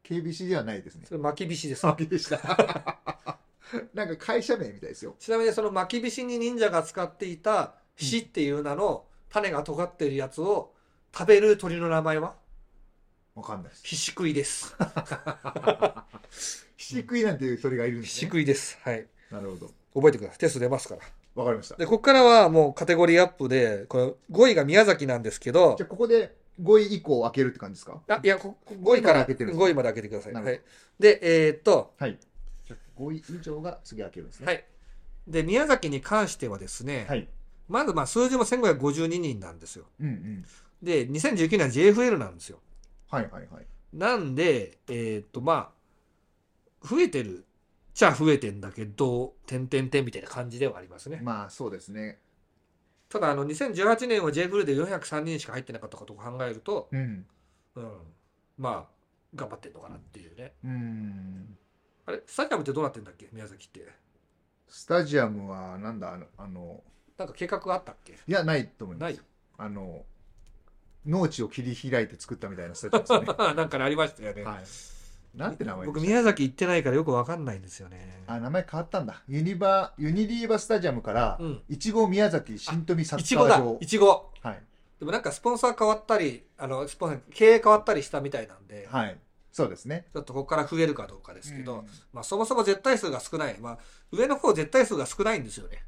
S1: KBC ではないですね。
S2: それ巻き菱です。
S1: あ、びっくりした。なんか会社名みたいですよ。
S2: ちなみにその巻き菱に忍者が使っていた菱っていう名の種が尖ってるやつを食べる鳥の名前は
S1: わかんないです。
S2: ひしくいです。
S1: ひしくいなんていう鳥がいるんで
S2: ひ
S1: す
S2: し
S1: ね。
S2: くいです。はい。
S1: なるほど。
S2: 覚えてください。テスト出ますから。
S1: わかりました。じ
S2: で、こっからはもうカテゴリーアップで、この5位が宮崎なんですけど
S1: ゃあ、、ここで5位以降を開けるって感じですか
S2: あ、いや、こ5位から
S1: 開けてるんです
S2: 5位まで開けてください。
S1: なる
S2: は
S1: ほど
S2: い。で、えーっと、
S1: はい。じゃあ、5位以上が次開けるんですね。
S2: はい。で、宮崎に関してはですね、
S1: はい。
S2: まずまあ数字も1552人なんですよ。
S1: うんうん。
S2: で、2019年は JFL なんですよ。
S1: はいはいはい。
S2: なんで、えーっとまあ、増えてるっちゃ増えてんだけど、点々点みたいな感じではありますね。
S1: まあ、そうですね。
S2: ただ、あの、2018年は J フルで403人しか入ってなかったことを考えると、
S1: うん。
S2: うん、まあ、頑張ってんのかなっていうね。
S1: うーん。
S2: あれ、スタジアムってどうなってんだっけ宮崎って。
S1: スタジアムは、なんだ、あの、あの
S2: なんか計画があったっけ
S1: いや、ないと思いま
S2: な
S1: す。
S2: い
S1: あの、農地を切り開いて作ったみたいなスタジアムです
S2: なんかねありましたよね。
S1: ね。はい。なんて名前でした
S2: 僕、宮崎行ってないからよくわかんないんですよね。
S1: あ、名前変わったんだ。ユニバ、ユニリーバスタジアムから
S2: う、ん。
S1: いちご宮崎新富サ
S2: い
S1: ッ
S2: ち
S1: カ
S2: ご
S1: ー
S2: だ
S1: 場。
S2: いちご。
S1: はい。
S2: でもなんかスポンサー変わったり、あの、スポンサー、経営変わったりしたみたいなんで、
S1: はい。そうですね。
S2: ちょっとここから増えるかどうかですけど、
S1: うん
S2: まあそもそも絶対数が少ない。まあ上の方絶対数が少ないんですよね。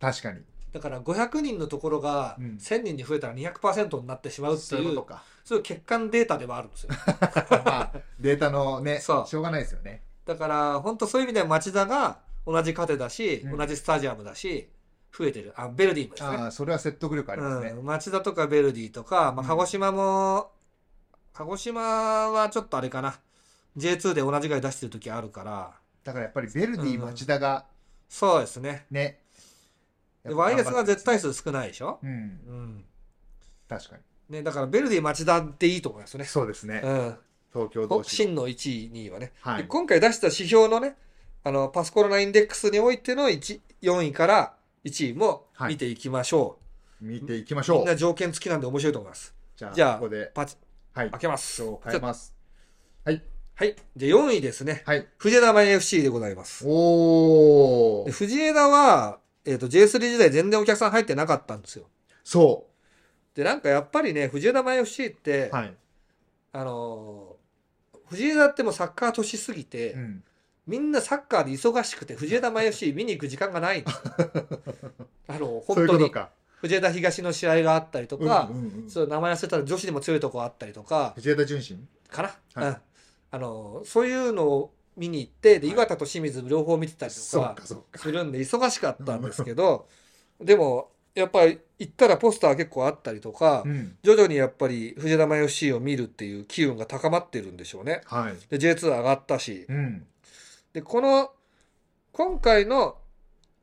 S1: 確かに。
S2: だから500人のところが
S1: うん
S2: 1000人に増えたら200%になってしまうって
S1: そう
S2: い
S1: いう
S2: う、
S1: こ
S2: そう
S1: とか。
S2: いう欠陥データではある んですよ。
S1: ま あ、データのね、し
S2: そ
S1: ょ
S2: う
S1: うがないですよね。
S2: だから本当そういう意味では町田が同じカテだし、
S1: うん
S2: 同じスタジアムだし、増えてる。あ、ベルディもですね。
S1: ああ、それは説得力ありますね
S2: う。ん、町田とかベルディとか、ま
S1: う
S2: あ、
S1: ん
S2: 鹿児島も、鹿児島はちょっとあれかな J2 で同じぐらい出してる時あるから
S1: だからやっぱりベルディ、
S2: うん
S1: 町田が
S2: そうですね
S1: ね。
S2: でワイヤスが絶対
S1: 数。
S2: 数少ないでしょ、
S1: うん、
S2: うん
S1: 確かに。
S2: ね、だからベルディ町田っていいと思いますね、
S1: そうですね。
S2: うん、
S1: 東京
S2: こ
S1: 同士。
S2: 真の1位2位はね、
S1: は
S2: で
S1: い。
S2: 今回出した指標のねあのパスコロナインデックスにおいての1 4位から1位も見ていきましょ
S1: 見ていきまし
S2: う、み
S1: ょ
S2: んな
S1: う。
S2: 条件付きなんで面白いと思います
S1: じゃあ、
S2: じゃあ
S1: ここで、
S2: パチ
S1: はい。
S2: 開けます
S1: 今日変えます。はい。
S2: はいじゃあ4位ですね
S1: はい。
S2: 藤枝マイ FC でございます
S1: お
S2: で
S1: ー。
S2: 藤枝は、えっと J3 時代全然お客さん入ってなかったんですよ。
S1: そ
S2: でなんかやっぱりね藤枝前 FC って、
S1: う。はい。
S2: あのー藤枝ってもうサッカー年すぎて、
S1: うん。
S2: みんなサッカーで忙しくて藤枝前 FC 見に行く時間が ないんですよあの
S1: そういう
S2: 本当
S1: こと
S2: に
S1: か。
S2: 藤枝東の試合があったりとか、
S1: うんうんうん
S2: そう名前忘れたら女子でも強いとこあったりとか
S1: 藤枝純心
S2: かな、
S1: はい
S2: うんあのーそういうのを見に行ってで
S1: はい
S2: 岩田と清水両方見てたりと
S1: そうか、そうか。
S2: するんで忙しかったんですけど でもやっぱり行ったらポスター結構あったりとか
S1: うん。
S2: 徐々にやっぱり藤枝 FC を見るっていう機運が高まってるんでしょうね。
S1: はい。
S2: で J2 上がったし
S1: うん。
S2: でこの今回の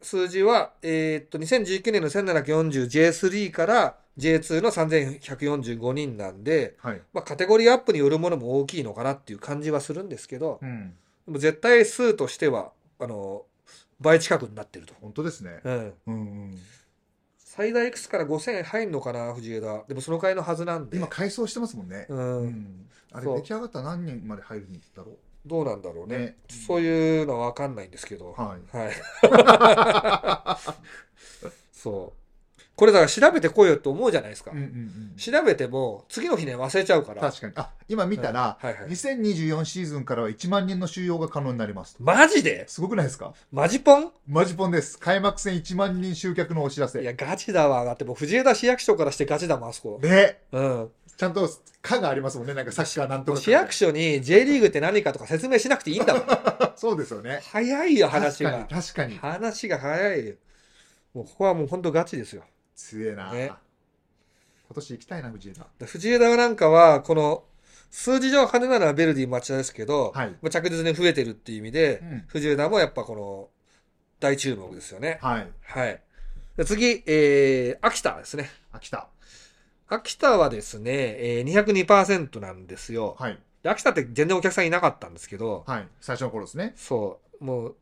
S2: 数字は、えーっと2019年の 1740J3 から J2 の3145人なんで、
S1: はい。
S2: まあ、カテゴリーアップによるものも大きいのかなっていう感じはするんですけど
S1: うん。
S2: でも絶対数としてはあの倍近くになってると。
S1: 本当ですね。
S2: うん
S1: うんうん。
S2: 最大いくつから5000入んのかな藤枝でもその回のはずなんで
S1: 今、改装してますもんね。
S2: う、
S1: うんん。あれ、
S2: そう
S1: 出来上がったら何人まで入るんだろ
S2: どうなんだろう
S1: う。
S2: ね
S1: ね。
S2: そういうのは分かんないんですけど、
S1: はい
S2: そうこれだから調べてこいよって思うじゃないですか、
S1: うんうんうん。
S2: 調べても次の日ね忘れちゃうから
S1: 確かに。あ、今見たら、
S2: はいはい、
S1: 2024シーズンからは1万人の収容が可能になりますと。
S2: マジです
S1: ごくないですか
S2: マジポン
S1: マジポンです。開幕戦1万人集客のお知ら
S2: い
S1: せ。
S2: やガチだわだってもう藤枝市役所からしてガチだもんあそこ、
S1: で、
S2: うん、
S1: ちゃんと、かがありますもんね。なんかサッカーなんとか。
S2: 市役所に J リーグって何かとか説明しなくていいんだもん
S1: そうですよね。
S2: 早いよ
S1: 確
S2: 話
S1: か
S2: が
S1: に、確かに。
S2: 話が早いよ。もうここはもう本当ガチですよ。
S1: 強えな。
S2: ね
S1: 今年行きたいな、藤枝。
S2: 藤枝なんかは、この、数字上派手なのはベルディ町田ですけど、
S1: はい
S2: まあ着実に増えてるっていう意味で、
S1: うん
S2: 藤枝もやっぱこの、大注目ですよね。
S1: はい。
S2: はい。で次、えー、秋田ですね。
S1: 秋田。
S2: 秋田はですね、えー、202%なんですよ。
S1: はい。
S2: で秋田って全然お客さんいなかったんですけど、
S1: はい。最初の頃ですね。
S2: そう、もう、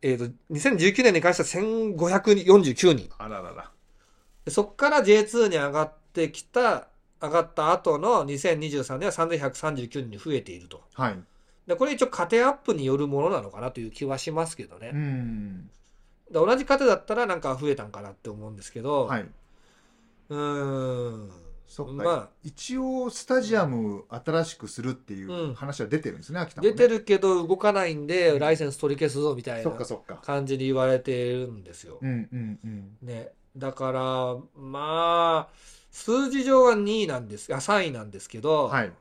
S2: えっ、と、2019年に関しては1549人。
S1: あららら。
S2: でそこから J2 に上がってきた、上がった後の2023年は3139人に増えていると。
S1: はい。
S2: で、これ一応家庭アップによるものなのかなという気はしますけどね。
S1: うーん。
S2: で同じ家庭だったらなんか増えたんかなって思うんですけど、
S1: はい。
S2: うーん、
S1: そっか、
S2: まあ
S1: 一応スタジアム新しくするっていう話は出てるんですね、秋田も、ね、
S2: 出てるけど動かないんで、
S1: うん
S2: ライセンス取り消すぞみたい
S1: そ
S2: な
S1: っかそっか
S2: 感じに言われてるんですよ
S1: う。んうんうん
S2: ね。だから、まあ、数字上は2位なんです、あ、3位なんですけど、
S1: はい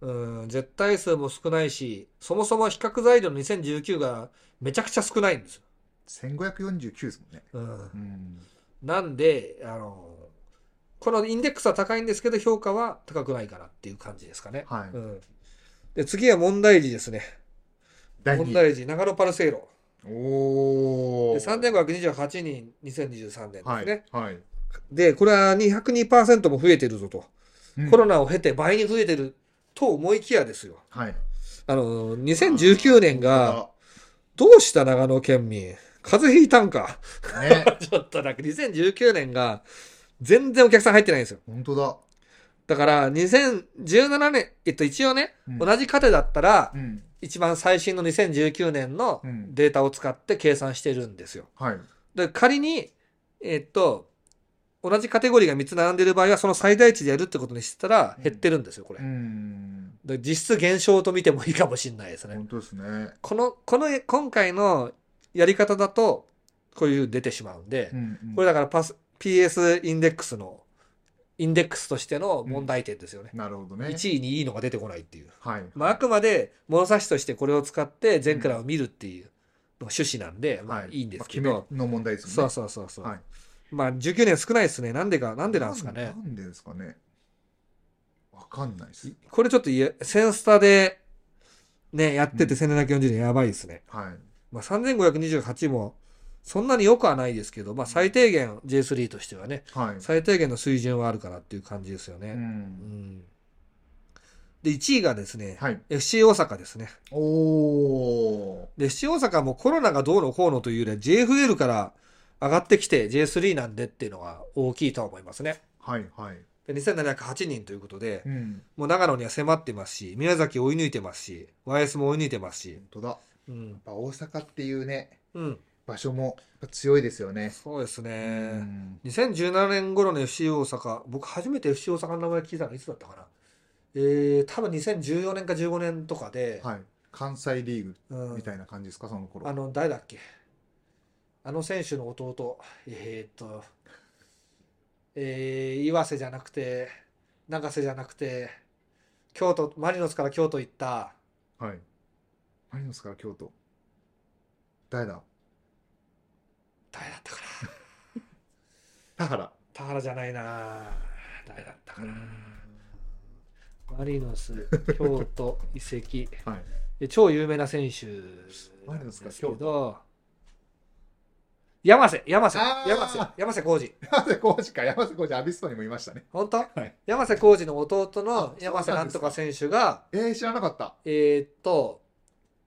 S2: うん、絶対数も少ないし、そもそも比較材料の2019がめちゃくちゃ少ないんですよ。
S1: 1549ですもんね
S2: うん
S1: う。ん
S2: なんで、あの、このインデックスは高いんですけど、評価は高くないかなっていう感じですかね。
S1: はい、
S2: うん。で、次は問題児ですね。
S1: 第
S2: 問
S1: 2位
S2: 題児、長野パルセイロ。
S1: お
S2: で
S1: お
S2: 3528人、2023年ですね。
S1: はいはい、
S2: で、これは202%も増えてるぞと。
S1: うん
S2: コロナを経て倍に増えてると思いきやですよ。
S1: はい
S2: あの、2019年が、
S1: あ
S2: どうした長野県民風邪ひいたんか。
S1: ね
S2: ちょっとなんか2019年が、全然お客さん入ってないんですよ。
S1: 本当だ
S2: だから、2017年、えっと一応ね、
S1: うん
S2: 同じ方だったら、
S1: うん
S2: 一番最新の2019年の
S1: うん
S2: データを使って計算してるんですよ。
S1: はい
S2: で仮に、えっと、同じカテゴリーが3つ並んでる場合は、その最大値でやるってことにしたら減ってるんですよ、これ
S1: う。ん
S2: で実質減少と見てもいいかもしれないですね。
S1: 本当ですね
S2: この、この、今回のやり方だと、こういう出てしまうんで
S1: う、んうん
S2: これだからパス、PS インデックスの、インデックスとしての問題点ですよね。
S1: なるほどね
S2: 1位、2位のが出てこないっていう。
S1: はい
S2: まあ、あくまで物差しとしてこれを使って全クラを見るっていうのが趣旨なんで、まあいいんですけ
S1: まあ
S2: ど。
S1: 決めの問題です
S2: そ
S1: もん
S2: う
S1: ね
S2: そうそうそう。
S1: はい
S2: まあ19年少ないですね。なんでか、なんでなんですかね
S1: な。んでですかねわかんないです
S2: これちょっといや、センスタで、ね、やってて1740年やばいですね。
S1: はい
S2: まあ3528も、そんなに良くはないですけど、まあ最低限 J3 としてはね、
S1: はい
S2: 最低限の水準はあるかなっていう感じですよ
S1: う
S2: ね。うんん。で、1位がですね、
S1: はい
S2: FC 大阪ですね。
S1: おお
S2: で、FC 大阪もコロナがどうのこうのというよりは JFL から上がってきて J3 なんでっていうのが大きいとは思いますね。
S1: はいはい
S2: で2708人ということで
S1: う、ん
S2: もう長野には迫ってますし、宮崎を追い抜いてますし、YS も追い抜いてますし
S1: 本、当だやっ
S2: うん。
S1: ぱ大阪っていうね
S2: うん。
S1: 場所もやっぱ強いですよね
S2: そうです
S1: う
S2: ね。
S1: ん
S2: 2017年頃の FC 大阪、僕初めて FC 大阪の名前聞いたのいつだったかな。えー、多分2014年か15年とかで、
S1: はい関西リーグ
S2: うん
S1: みたいな感じですかその頃
S2: あの、誰だっけあの選手の弟、えー、っと、えー、岩瀬じゃなくて、長瀬じゃなくて、京都、マリノスから京都行った、
S1: はいマリノスから京都誰だ
S2: 誰だったかな。
S1: 田原
S2: 田原じゃないな誰だったかなマリノス京都移籍
S1: はい
S2: で超有名な選手
S1: マ
S2: な
S1: リ
S2: ん
S1: ノ
S2: で
S1: スか
S2: すけど山瀬山瀬
S1: あー
S2: 山瀬山瀬浩二
S1: 山瀬浩二か山瀬浩二アビスパにもいましたね
S2: 本当、
S1: はい
S2: 山瀬浩二の弟
S1: あ
S2: の山瀬なんとか選手が
S1: えー、知らなかった
S2: えーっと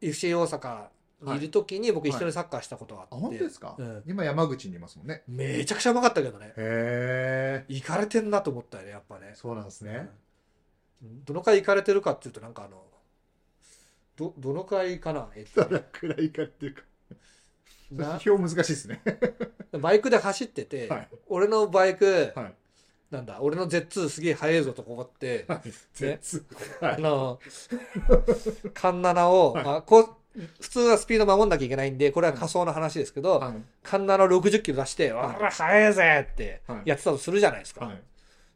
S2: FC 大阪にいる時に僕一緒にサッカーしたことがあって、
S1: あ本当ですか、
S2: うん
S1: 今山口にいますもんね
S2: めちゃくちゃうまかったけどね
S1: へ
S2: 行かれてんなと思ったよねやっぱ
S1: え
S2: ね
S1: そうなんですね、
S2: うんどのくらい行かれてるかっていうとなんかあのどどのくらいかな、えっ
S1: ど
S2: と
S1: れくらいかっていうか
S2: な
S1: 表難しいですね
S2: バイクで走ってて、
S1: はい
S2: 俺のバイク、
S1: はい
S2: なんだ俺の Z2 すげえ速いぞと思って、
S1: 全は
S2: あ
S1: い
S2: の カンナナを、まあ、こう普通はスピード守んなきゃいけないんでこれは仮想の話ですけど、
S1: はい
S2: カンナナ60キロ出して「
S1: はい
S2: 俺ら速いぜ!」って
S1: はい
S2: やってたとするじゃないですか、
S1: はい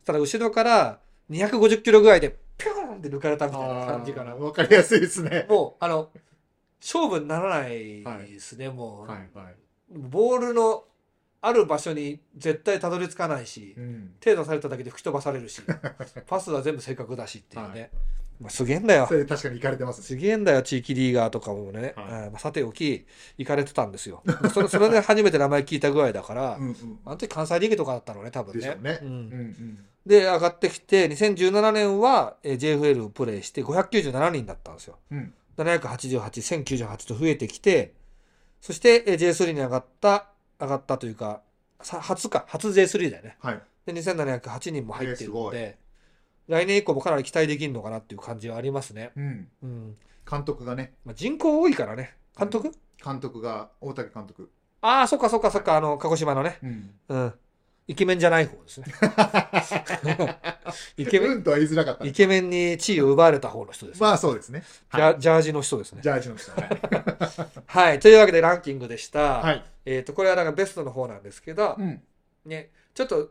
S2: ただ後ろから250キロぐらいでピョーンって抜かれたみたいな感じかな
S1: あーわかりやすいですね
S2: もう、あの、勝負にならないですね、もう、
S1: はいはい
S2: ボールのある場所に絶対たどり着かないし、
S1: うん
S2: 手出されただけで吹き飛ばされるし、 パスは全部正確だしっていうね。
S1: はい
S2: まあ、すげえんだよ
S1: そ。れ確かにいかれてます
S2: すげえんだよ、地域リーガーとかもね。
S1: はい
S2: あーまあ、さておき、行かれてたんですよ。それそ れで初めて名前聞いたぐらいだから、
S1: うんうん
S2: あの時関西リーグとかだったのね、多分ね。
S1: でしょうね
S2: う
S1: うん
S2: ん
S1: うん
S2: で、上がってきて、2017年はえー JFL をプレイして597人だったんですよ。
S1: うん
S2: 788、1098と増えてきて、そしてえー J3 に上がった、上がったというか、さ初か、初 J3 だよね。
S1: はい
S2: で、2708人も入ってるの
S1: え
S2: で、来年以降もかなり期待できるのかなっていう感じはありますね。
S1: うん
S2: うん。
S1: 監督がね
S2: まあ、人口多いからね。監督、
S1: 監督が大竹監督
S2: ああ、そっかそっかそっか、あの、鹿児島のね。
S1: うん
S2: うん。イケメンじゃない方で すね。イケメ
S1: う
S2: ン、
S1: んとは言いづらかった
S2: イ。ケメンに地位を奪われた方の人です、ね
S1: まあそうですね。
S2: ジャ。ジャージの人ですね。
S1: ジャージの人ね。
S2: はい。というわけでランキングでした。
S1: はい。
S2: えっ、と、これはなんかベストの方なんですけど、
S1: うん。
S2: ね、ちょっと、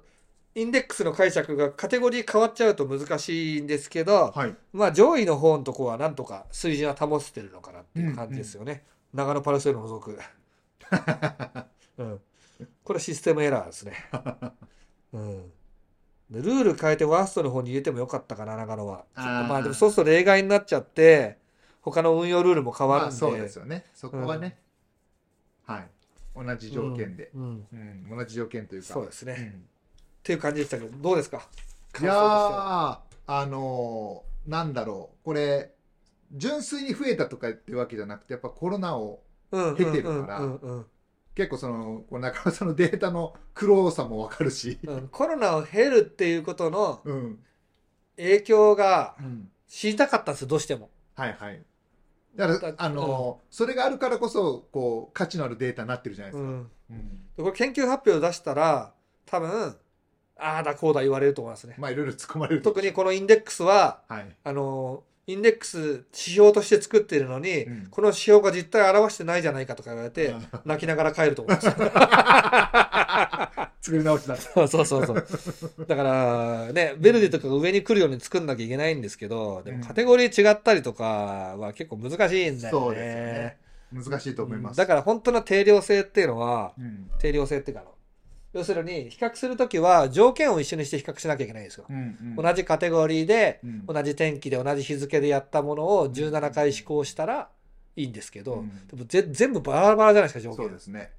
S2: インデックスの解釈がカテゴリー変わっちゃうと難しいんですけど、
S1: はい。
S2: まあ上位の方のとこはなんとか水準は保せてるのかなっていう感じですよね。長野パルセールを除 く。うん。これはシステムエラーですね。うん。でルール変えてワーストの方に入れてもよかったかな、長野は。ちょっと
S1: あー
S2: まあでもそうすると例外になっちゃって、他の運用ルールも変わ
S1: ま
S2: るん
S1: あ
S2: で。
S1: そうですよね。そこはね。はい。同じ条件で。
S2: うん。うん
S1: うん。同じ条件というか。
S2: そうですね。
S1: う
S2: っ
S1: ん
S2: ていう感じでしたけど、どうですか
S1: い
S2: 感
S1: や
S2: 想としては
S1: ー、あのーなんだろう、これ、純粋に増えたとかってわけじゃなくて、やっぱコロナを、
S2: うん
S1: 経てるから
S2: うんうんうん
S1: 結構その、こう中野さんのデータの苦労さもわかる し、
S2: うんうんコロナを減るっていうことの
S1: うん、
S2: 影響が
S1: うん、
S2: 知りたかったんですよどうしても。
S1: はいはい。だから、あのーそれがあるからこそ、こう、価値のあるデータになってるじゃないで
S2: う
S1: すか。
S2: ん、
S1: うん
S2: でこれ研究発表を出したら多分ああだこうだ言われると思いますね。
S1: まあ、いろいろ突っ込まれると。
S2: 特にこのインデックスは
S1: はい。
S2: あのインデックス指標として作っているのに、
S1: うん
S2: この指標が実態を表してないじゃないかとか言われて
S1: あ
S2: 泣きながら帰ると思います。
S1: 作り直しだ。
S2: そうそうそうそう。だから、ね、ベルディとかが上に来るように作んなきゃいけないんですけど、で
S1: うん
S2: もカテゴリー違ったりとかは結構難しいんだよね。
S1: そうですよね。難しいと思います。
S2: だから本当の定量性っていうのは、
S1: うん、
S2: 定量性っていうかあの、要するに比較するときは条件を一緒にして比較しなきゃいけないんですよ
S1: う。ん、うん。
S2: 同じカテゴリーで、
S1: うん
S2: 同じ天気で同じ日付でやったものを17回試行したらいいんですけど、
S1: うん
S2: でもぜ全部バラバラじゃないですか、条
S1: そう
S2: 件
S1: で。すね。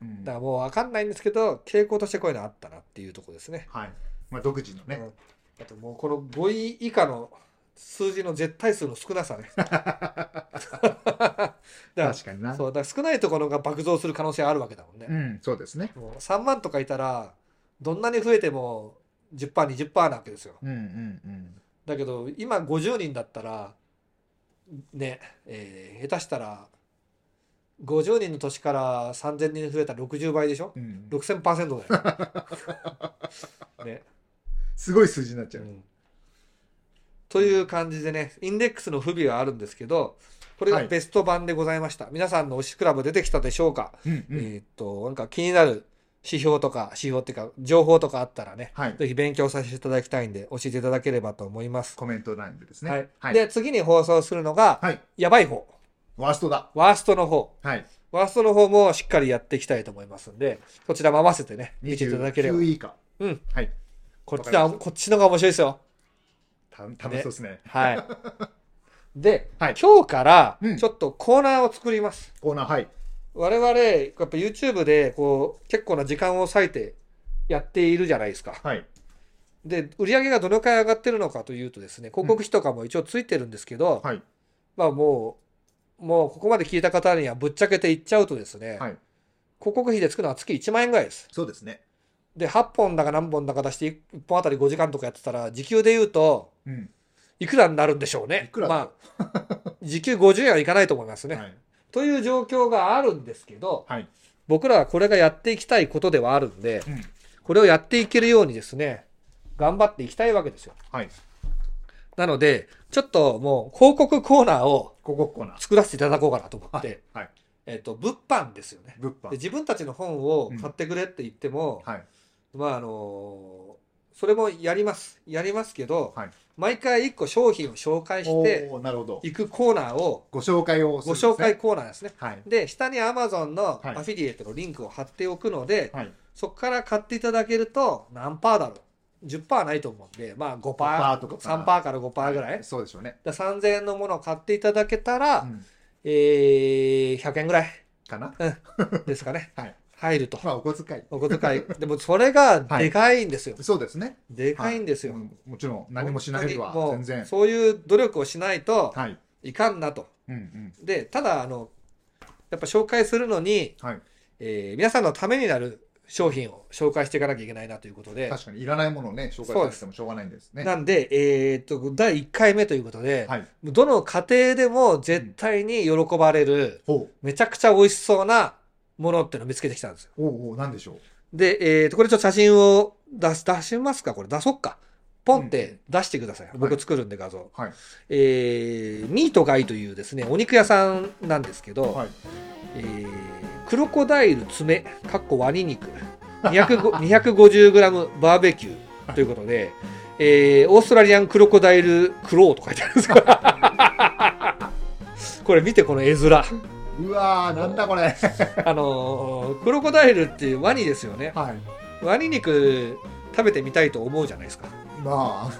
S1: うん
S2: だからもう分かんないんですけど、傾向としてこういうのあったなっていうところですね。
S1: はい。まあ、独自のね。
S2: うんあともうこの5位以下の数字の絶対数の少なさ ね。だから
S1: 確かにな。
S2: そうだから少ないところが爆増する可能性あるわけだもん
S1: う
S2: ね。
S1: ん、そうですね。
S2: もう3万とかいたらどんなに増えても 10%20% なわけですよ。
S1: うんうん
S2: だけど今50人だったらね、えー下手したら50人の年から3000人増えたら60倍でしょ
S1: うんうん。
S2: 6000%だよ。ね
S1: すごい数字になっちゃう。
S2: という感じでね、インデックスの不備はあるんですけど、これがベスト版でございました。皆さんの推しクラブ出てきたでしょうか、
S1: うんう
S2: え
S1: ん。
S2: ーっと、なんか気になる指標とか、指標っていうか、情報とかあったらね、
S1: はい。
S2: ぜひ勉強させていただきたいんで、教えていただければと思います。
S1: コメント欄でですね。
S2: はい
S1: はい。
S2: で、次に放送するのが、
S1: はい
S2: やばい方、
S1: ワーストだ。
S2: ワーストの方。
S1: はい。
S2: ワーストの方もしっかりやっていきたいと思いますんで、そちらも合わせてね、見ていただければ
S1: 29。以下。
S2: うん。
S1: はい。
S2: こっちだ、こっちの方が面白いですよ。
S1: た楽しそうですね。
S2: はい。で、
S1: はい
S2: 今日から
S1: うん
S2: ちょっとコーナーを作ります。
S1: コーナー、はい。
S2: 我々、やっぱ YouTube でこう結構な時間を割いてやっているじゃないですか。
S1: はい。
S2: で、売り上げがどのくらい上がってるのかというとですね、広告費とかも一応ついてるんですけど、
S1: はい。
S2: まあもう、もうここまで聞いた方にはぶっちゃけて言っちゃうとですね、
S1: はい。
S2: 広告費でつくのは月1万円ぐらいです。
S1: そうですね。
S2: で、8本だか何本だか出して1本あたり5時間とかやってたら、時給で言うと、
S1: うん。
S2: いくらになるんでしょうね。
S1: いくらだ
S2: まあ、時給50円はいかないと思いますね。
S1: はい。
S2: という状況があるんですけど、
S1: はい。
S2: 僕らはこれがやっていきたいことではあるんで
S1: う、ん。
S2: これをやっていけるようにですね、頑張っていきたいわけですよ。
S1: はい。
S2: なので、ちょっともう広告コーナーを
S1: 広告コーナー。
S2: 作らせていただこうかなと思って、
S1: はい。
S2: えっ、と、物販ですよね。
S1: 物
S2: で
S1: 販。
S2: 自分たちの本を買ってくれって言っても、
S1: はい。
S2: まああのーそれもやります。やりますけど、
S1: はい
S2: 毎回1個商品を紹介し
S1: お
S2: て
S1: ー、なるほど。
S2: いくコーナーを、
S1: ご紹介をする
S2: ご
S1: んですね
S2: 紹介。コーナーですね。
S1: はい。
S2: で、下に Amazon の
S1: はい
S2: アフィリエイトのリンクを貼っておくので、
S1: はい。
S2: そこから買っていただけると何パーだろう ?10% はないと思うんで、まあ5%、
S1: 5%とか
S2: 3%から5%ぐらい。
S1: そうでしょうね。
S2: だから3000円のものを買っていただけたら、
S1: うん。
S2: えー、100円ぐらい
S1: かな。。
S2: ですかね
S1: はい。
S2: 入ると。
S1: まあ、お小遣い。
S2: お小遣い。でもそれがでかいんですよ。
S1: そうですね。
S2: でかいんですよ。
S1: はうもちろん、何もしないよりは
S2: 本当にもう
S1: 全然。
S2: そういう努力をしないと
S1: はい。
S2: いかんなと。
S1: うんうん。
S2: で、ただ、あの、やっぱ紹介するのに、
S1: はい。
S2: えー皆さんのためになる商品を紹介していかなきゃいけないなということで、
S1: 確かにいらないものをね、紹介されてもしょうがないんですね。
S2: なんで、えーっと、第1回目ということで、
S1: はい。
S2: どの家庭でも絶対に喜ばれる、
S1: ほ
S2: めちゃくちゃ美味しそうなものっていうのを見つけてきたんですよ。
S1: う。おうおう、なんでしょう。
S2: で、えー、と、これちょっと写真を出す、出しますかこれ出そっか。ポンっ
S1: う
S2: て出してください。
S1: はい
S2: 僕作るんで画像。
S1: はい
S2: えー、ミートガイというですね、お肉屋さんなんですけど、
S1: はい
S2: えークロコダイル爪、かっこワニ肉、250g バーベキューということで、えーオーストラリアンクロコダイルクローと書いてあるんですよ これ見てこの絵面。
S1: うわーなんだこれ
S2: あのークロコダイルってワニですよね。
S1: はい
S2: ワニ肉食べてみたいと思うじゃないですか。
S1: ま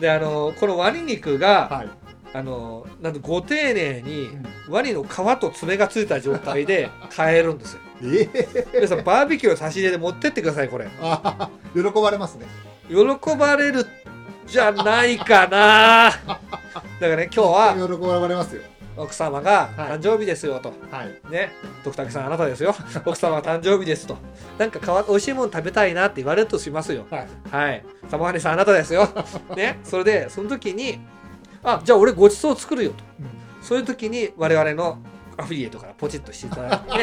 S2: で、あのーこのワニ肉
S1: あ
S2: が、
S1: はい
S2: あのーなんとご丁寧に
S1: うん
S2: ワニの皮と爪がついた状態で買えるんですよ。
S1: ええ
S2: 皆さん、バーベキューの差し入れで持ってってください、これ。
S1: あー 喜ばれますね
S2: 喜ばれるじゃないかな。だからね、今日は
S1: 喜ばれますよ
S2: 奥様が
S1: はい
S2: 誕生日ですよと。
S1: はい
S2: ね、ドクタケさんあなたですよ奥様誕生日ですとなんか変わ美味しいもの食べたいなって言われるとしますよ
S1: はい
S2: はいサマハネさんあなたですよ ねそれでその時にあじゃあ俺ごちそう作るよと
S1: うん
S2: そういう時に我々のアフィリエイトからポチッとしていただい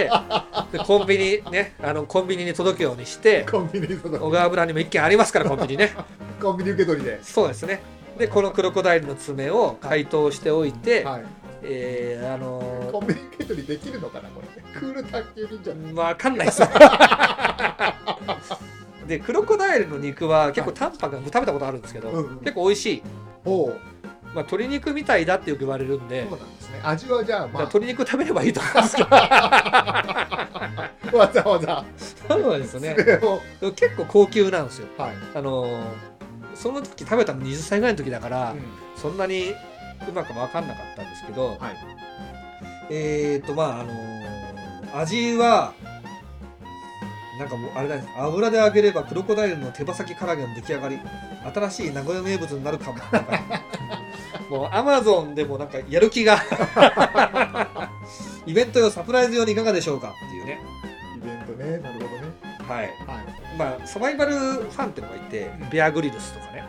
S2: てでコンビニねあのコンビニに届くようにして
S1: コンビニ受け取り
S2: 小川村にも一軒ありますからコンビ ニね
S1: コンビニ受け取りで
S2: そうですねでこのクロコダイルの爪を解凍しておいて、
S1: はい
S2: えーあのー
S1: コンビニ受け取りできるのかなこれクール宅急便じゃん
S2: わかんない っすでクロコダイルの肉は結構淡白な食べたことあるんですけど、
S1: うんうん
S2: 結構美味しい、
S1: おお
S2: まあ、鶏肉みたいだってよく言われるんで、
S1: そうなんですね味はじゃあ
S2: だか
S1: ま
S2: ら
S1: あ
S2: 鶏肉食べればいいと思う んですけど
S1: わざわ ざ
S2: そうですね
S1: それを
S2: 結構高級なんですよ
S1: はい
S2: あのーその時食べたの20歳ぐらいの時だから、
S1: うん
S2: そんなにうまく分かんなかったんですけど、
S1: はい
S2: えーとまああのー味はなんかもうあれだね油で揚げればクロコダイルの手羽先唐揚げの出来上がり新しい名古屋名物になるかもなんか もうアマゾンでもなんかやる気がイベント用サプライズ用にいかがでしょうかっていうね
S1: イベントねなるほどね
S2: はい
S1: はい
S2: まあサバイバルファンってのがいてベアグリルスとかね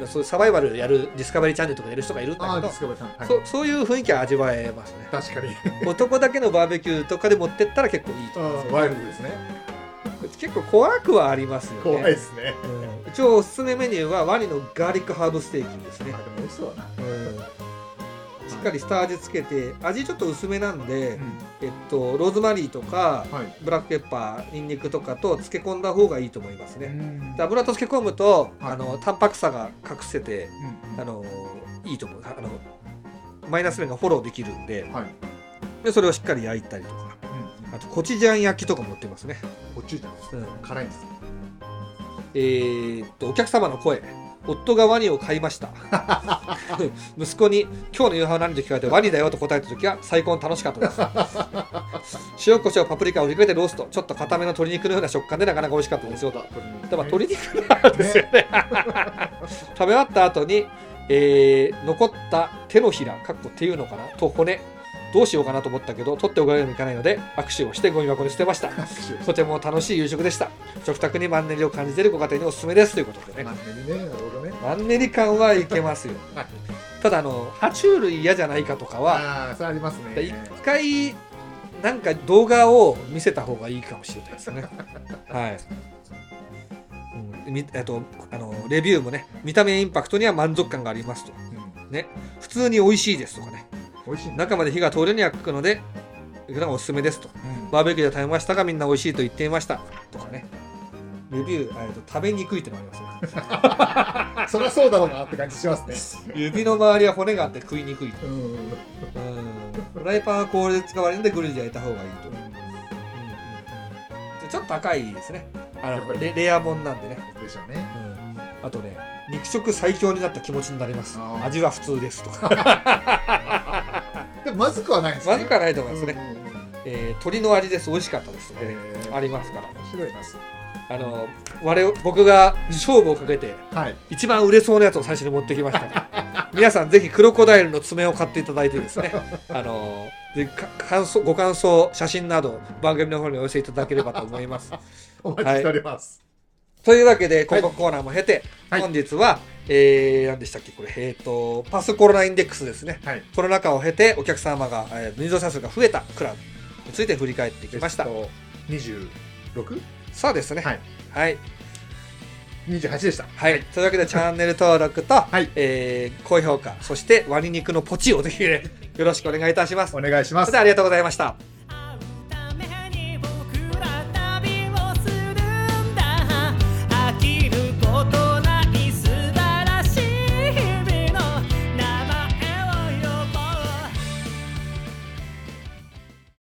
S1: うん
S2: そういうサバイバルやるディスカバリーチャンネルとかやる人がいるん
S1: ああデ
S2: だけ
S1: ィ
S2: ど
S1: スカバリーさんはい
S2: そそういう雰囲気は味わえます ね
S1: 確かに
S2: 男だけのバーベキューとかで持ってったら結構いいと思いますよ
S1: ワイルドですね
S2: 結構怖くはありますよね
S1: 怖いですね
S2: うん一応おすすめメニューはワニのガーリックハーブステーキですね
S1: あ、でも美味しそうだな
S2: うんしっかり下味つけて味ちょっと薄めなんで、えっと、ローズマリーとか
S1: はい
S2: ブラックペッパーニンニクとかと漬け込んだ方がいいと思いますね
S1: ね
S2: で油と漬け込むと、
S1: はい
S2: あのタンパクさが隠せて
S1: うん
S2: あのいいと思うあのマイナス面がフォローできるんで
S1: はい
S2: でそれをしっかり焼いたりとかあとコチュジャン焼きとか持ってますね、
S1: こっちじゃん
S2: うん、
S1: 辛いんですよ
S2: えーっとお客様の声夫がワニを買いました 息子に「今日の夕飯は何?」と聞かれて「ワニだよ」と答えた時は最高に楽しかったです 塩コショウパプリカを振りかけてローストちょっと固めの鶏肉のような食感でなかなか美味しかったですよとだか
S1: 鶏肉
S2: ら鶏肉なんですよね食べ終わった後に、えー残った手のひらかっこっていうのかなと骨どうしようかなと思ったけど取っておかれるにいかないので握手をしてゴミ箱に捨てました
S1: 握手
S2: とても楽しい夕食でした食卓にマンネリを感じているご家庭におすすめですということでね
S1: マジでねなるほどね
S2: マンネリ感はいけますよ
S1: はい
S2: ただあの爬虫類嫌じゃないかとかは
S1: ああそれありますね
S2: 一回なんか動画を見せた方がいいかもしれないですねはいうんみえっとあのレビューもね見た目インパクトには満足感がありますと
S1: うん
S2: 普通に美味しいですとかね
S1: 美味しいんだ
S2: 中まで火が通るにはくのでいくらがおすすめですと
S1: うん
S2: バーベキューで食べましたがみんな美味しいと言っていましたとかねレビューあえっと食べにくいってのもありま
S1: そ
S2: すね
S1: りゃそうだろうなって感じし ますね
S2: 指の周りは骨があって食いにくいと
S1: うんうん
S2: うんフライパンは氷で使われるのでグリルで焼いた方がいいと、ちょっと高いですねあ
S1: やっぱ
S2: の
S1: り
S2: レレアもんなんでね、
S1: でしょうね
S2: あとね肉食最強になった気持ちになります
S1: あー
S2: 味は普通です とか
S1: でもまずくはないですね
S2: まずくはないと思いますね、
S1: うんうんうん
S2: えー鶏の味です美味しかったですとか
S1: へ
S2: ね
S1: ー
S2: ありますから
S1: 面白いな
S2: あの我々僕が勝負をかけて
S1: はい
S2: 一番売れそうなやつを最初に持ってきました から皆さんぜひクロコダイルの爪を買っていただいてですねあのでか感想ご感想写真など番組の方にお寄せいただければと思い ます
S1: お待ちしております
S2: というわけで、ここコーナーも経て、
S1: はい
S2: 本日は、えー、何でしたっけ、これ、えーと、パスコロナインデックスですね。
S1: はい
S2: コロナ禍を経て、お客様が、えー、入場者数が増えたクラブについて振り返ってきました。
S1: えっと 26?28
S2: そうですね。
S1: はい。
S2: はい。
S1: でした。
S2: はいというわけで、チャンネル登録と、
S1: はい
S2: えー高評価、そして、ワニ肉のポチをぜひね、よろしくお願いいたします。
S1: お願いしま
S2: それ
S1: す
S2: では。ありがとうございました。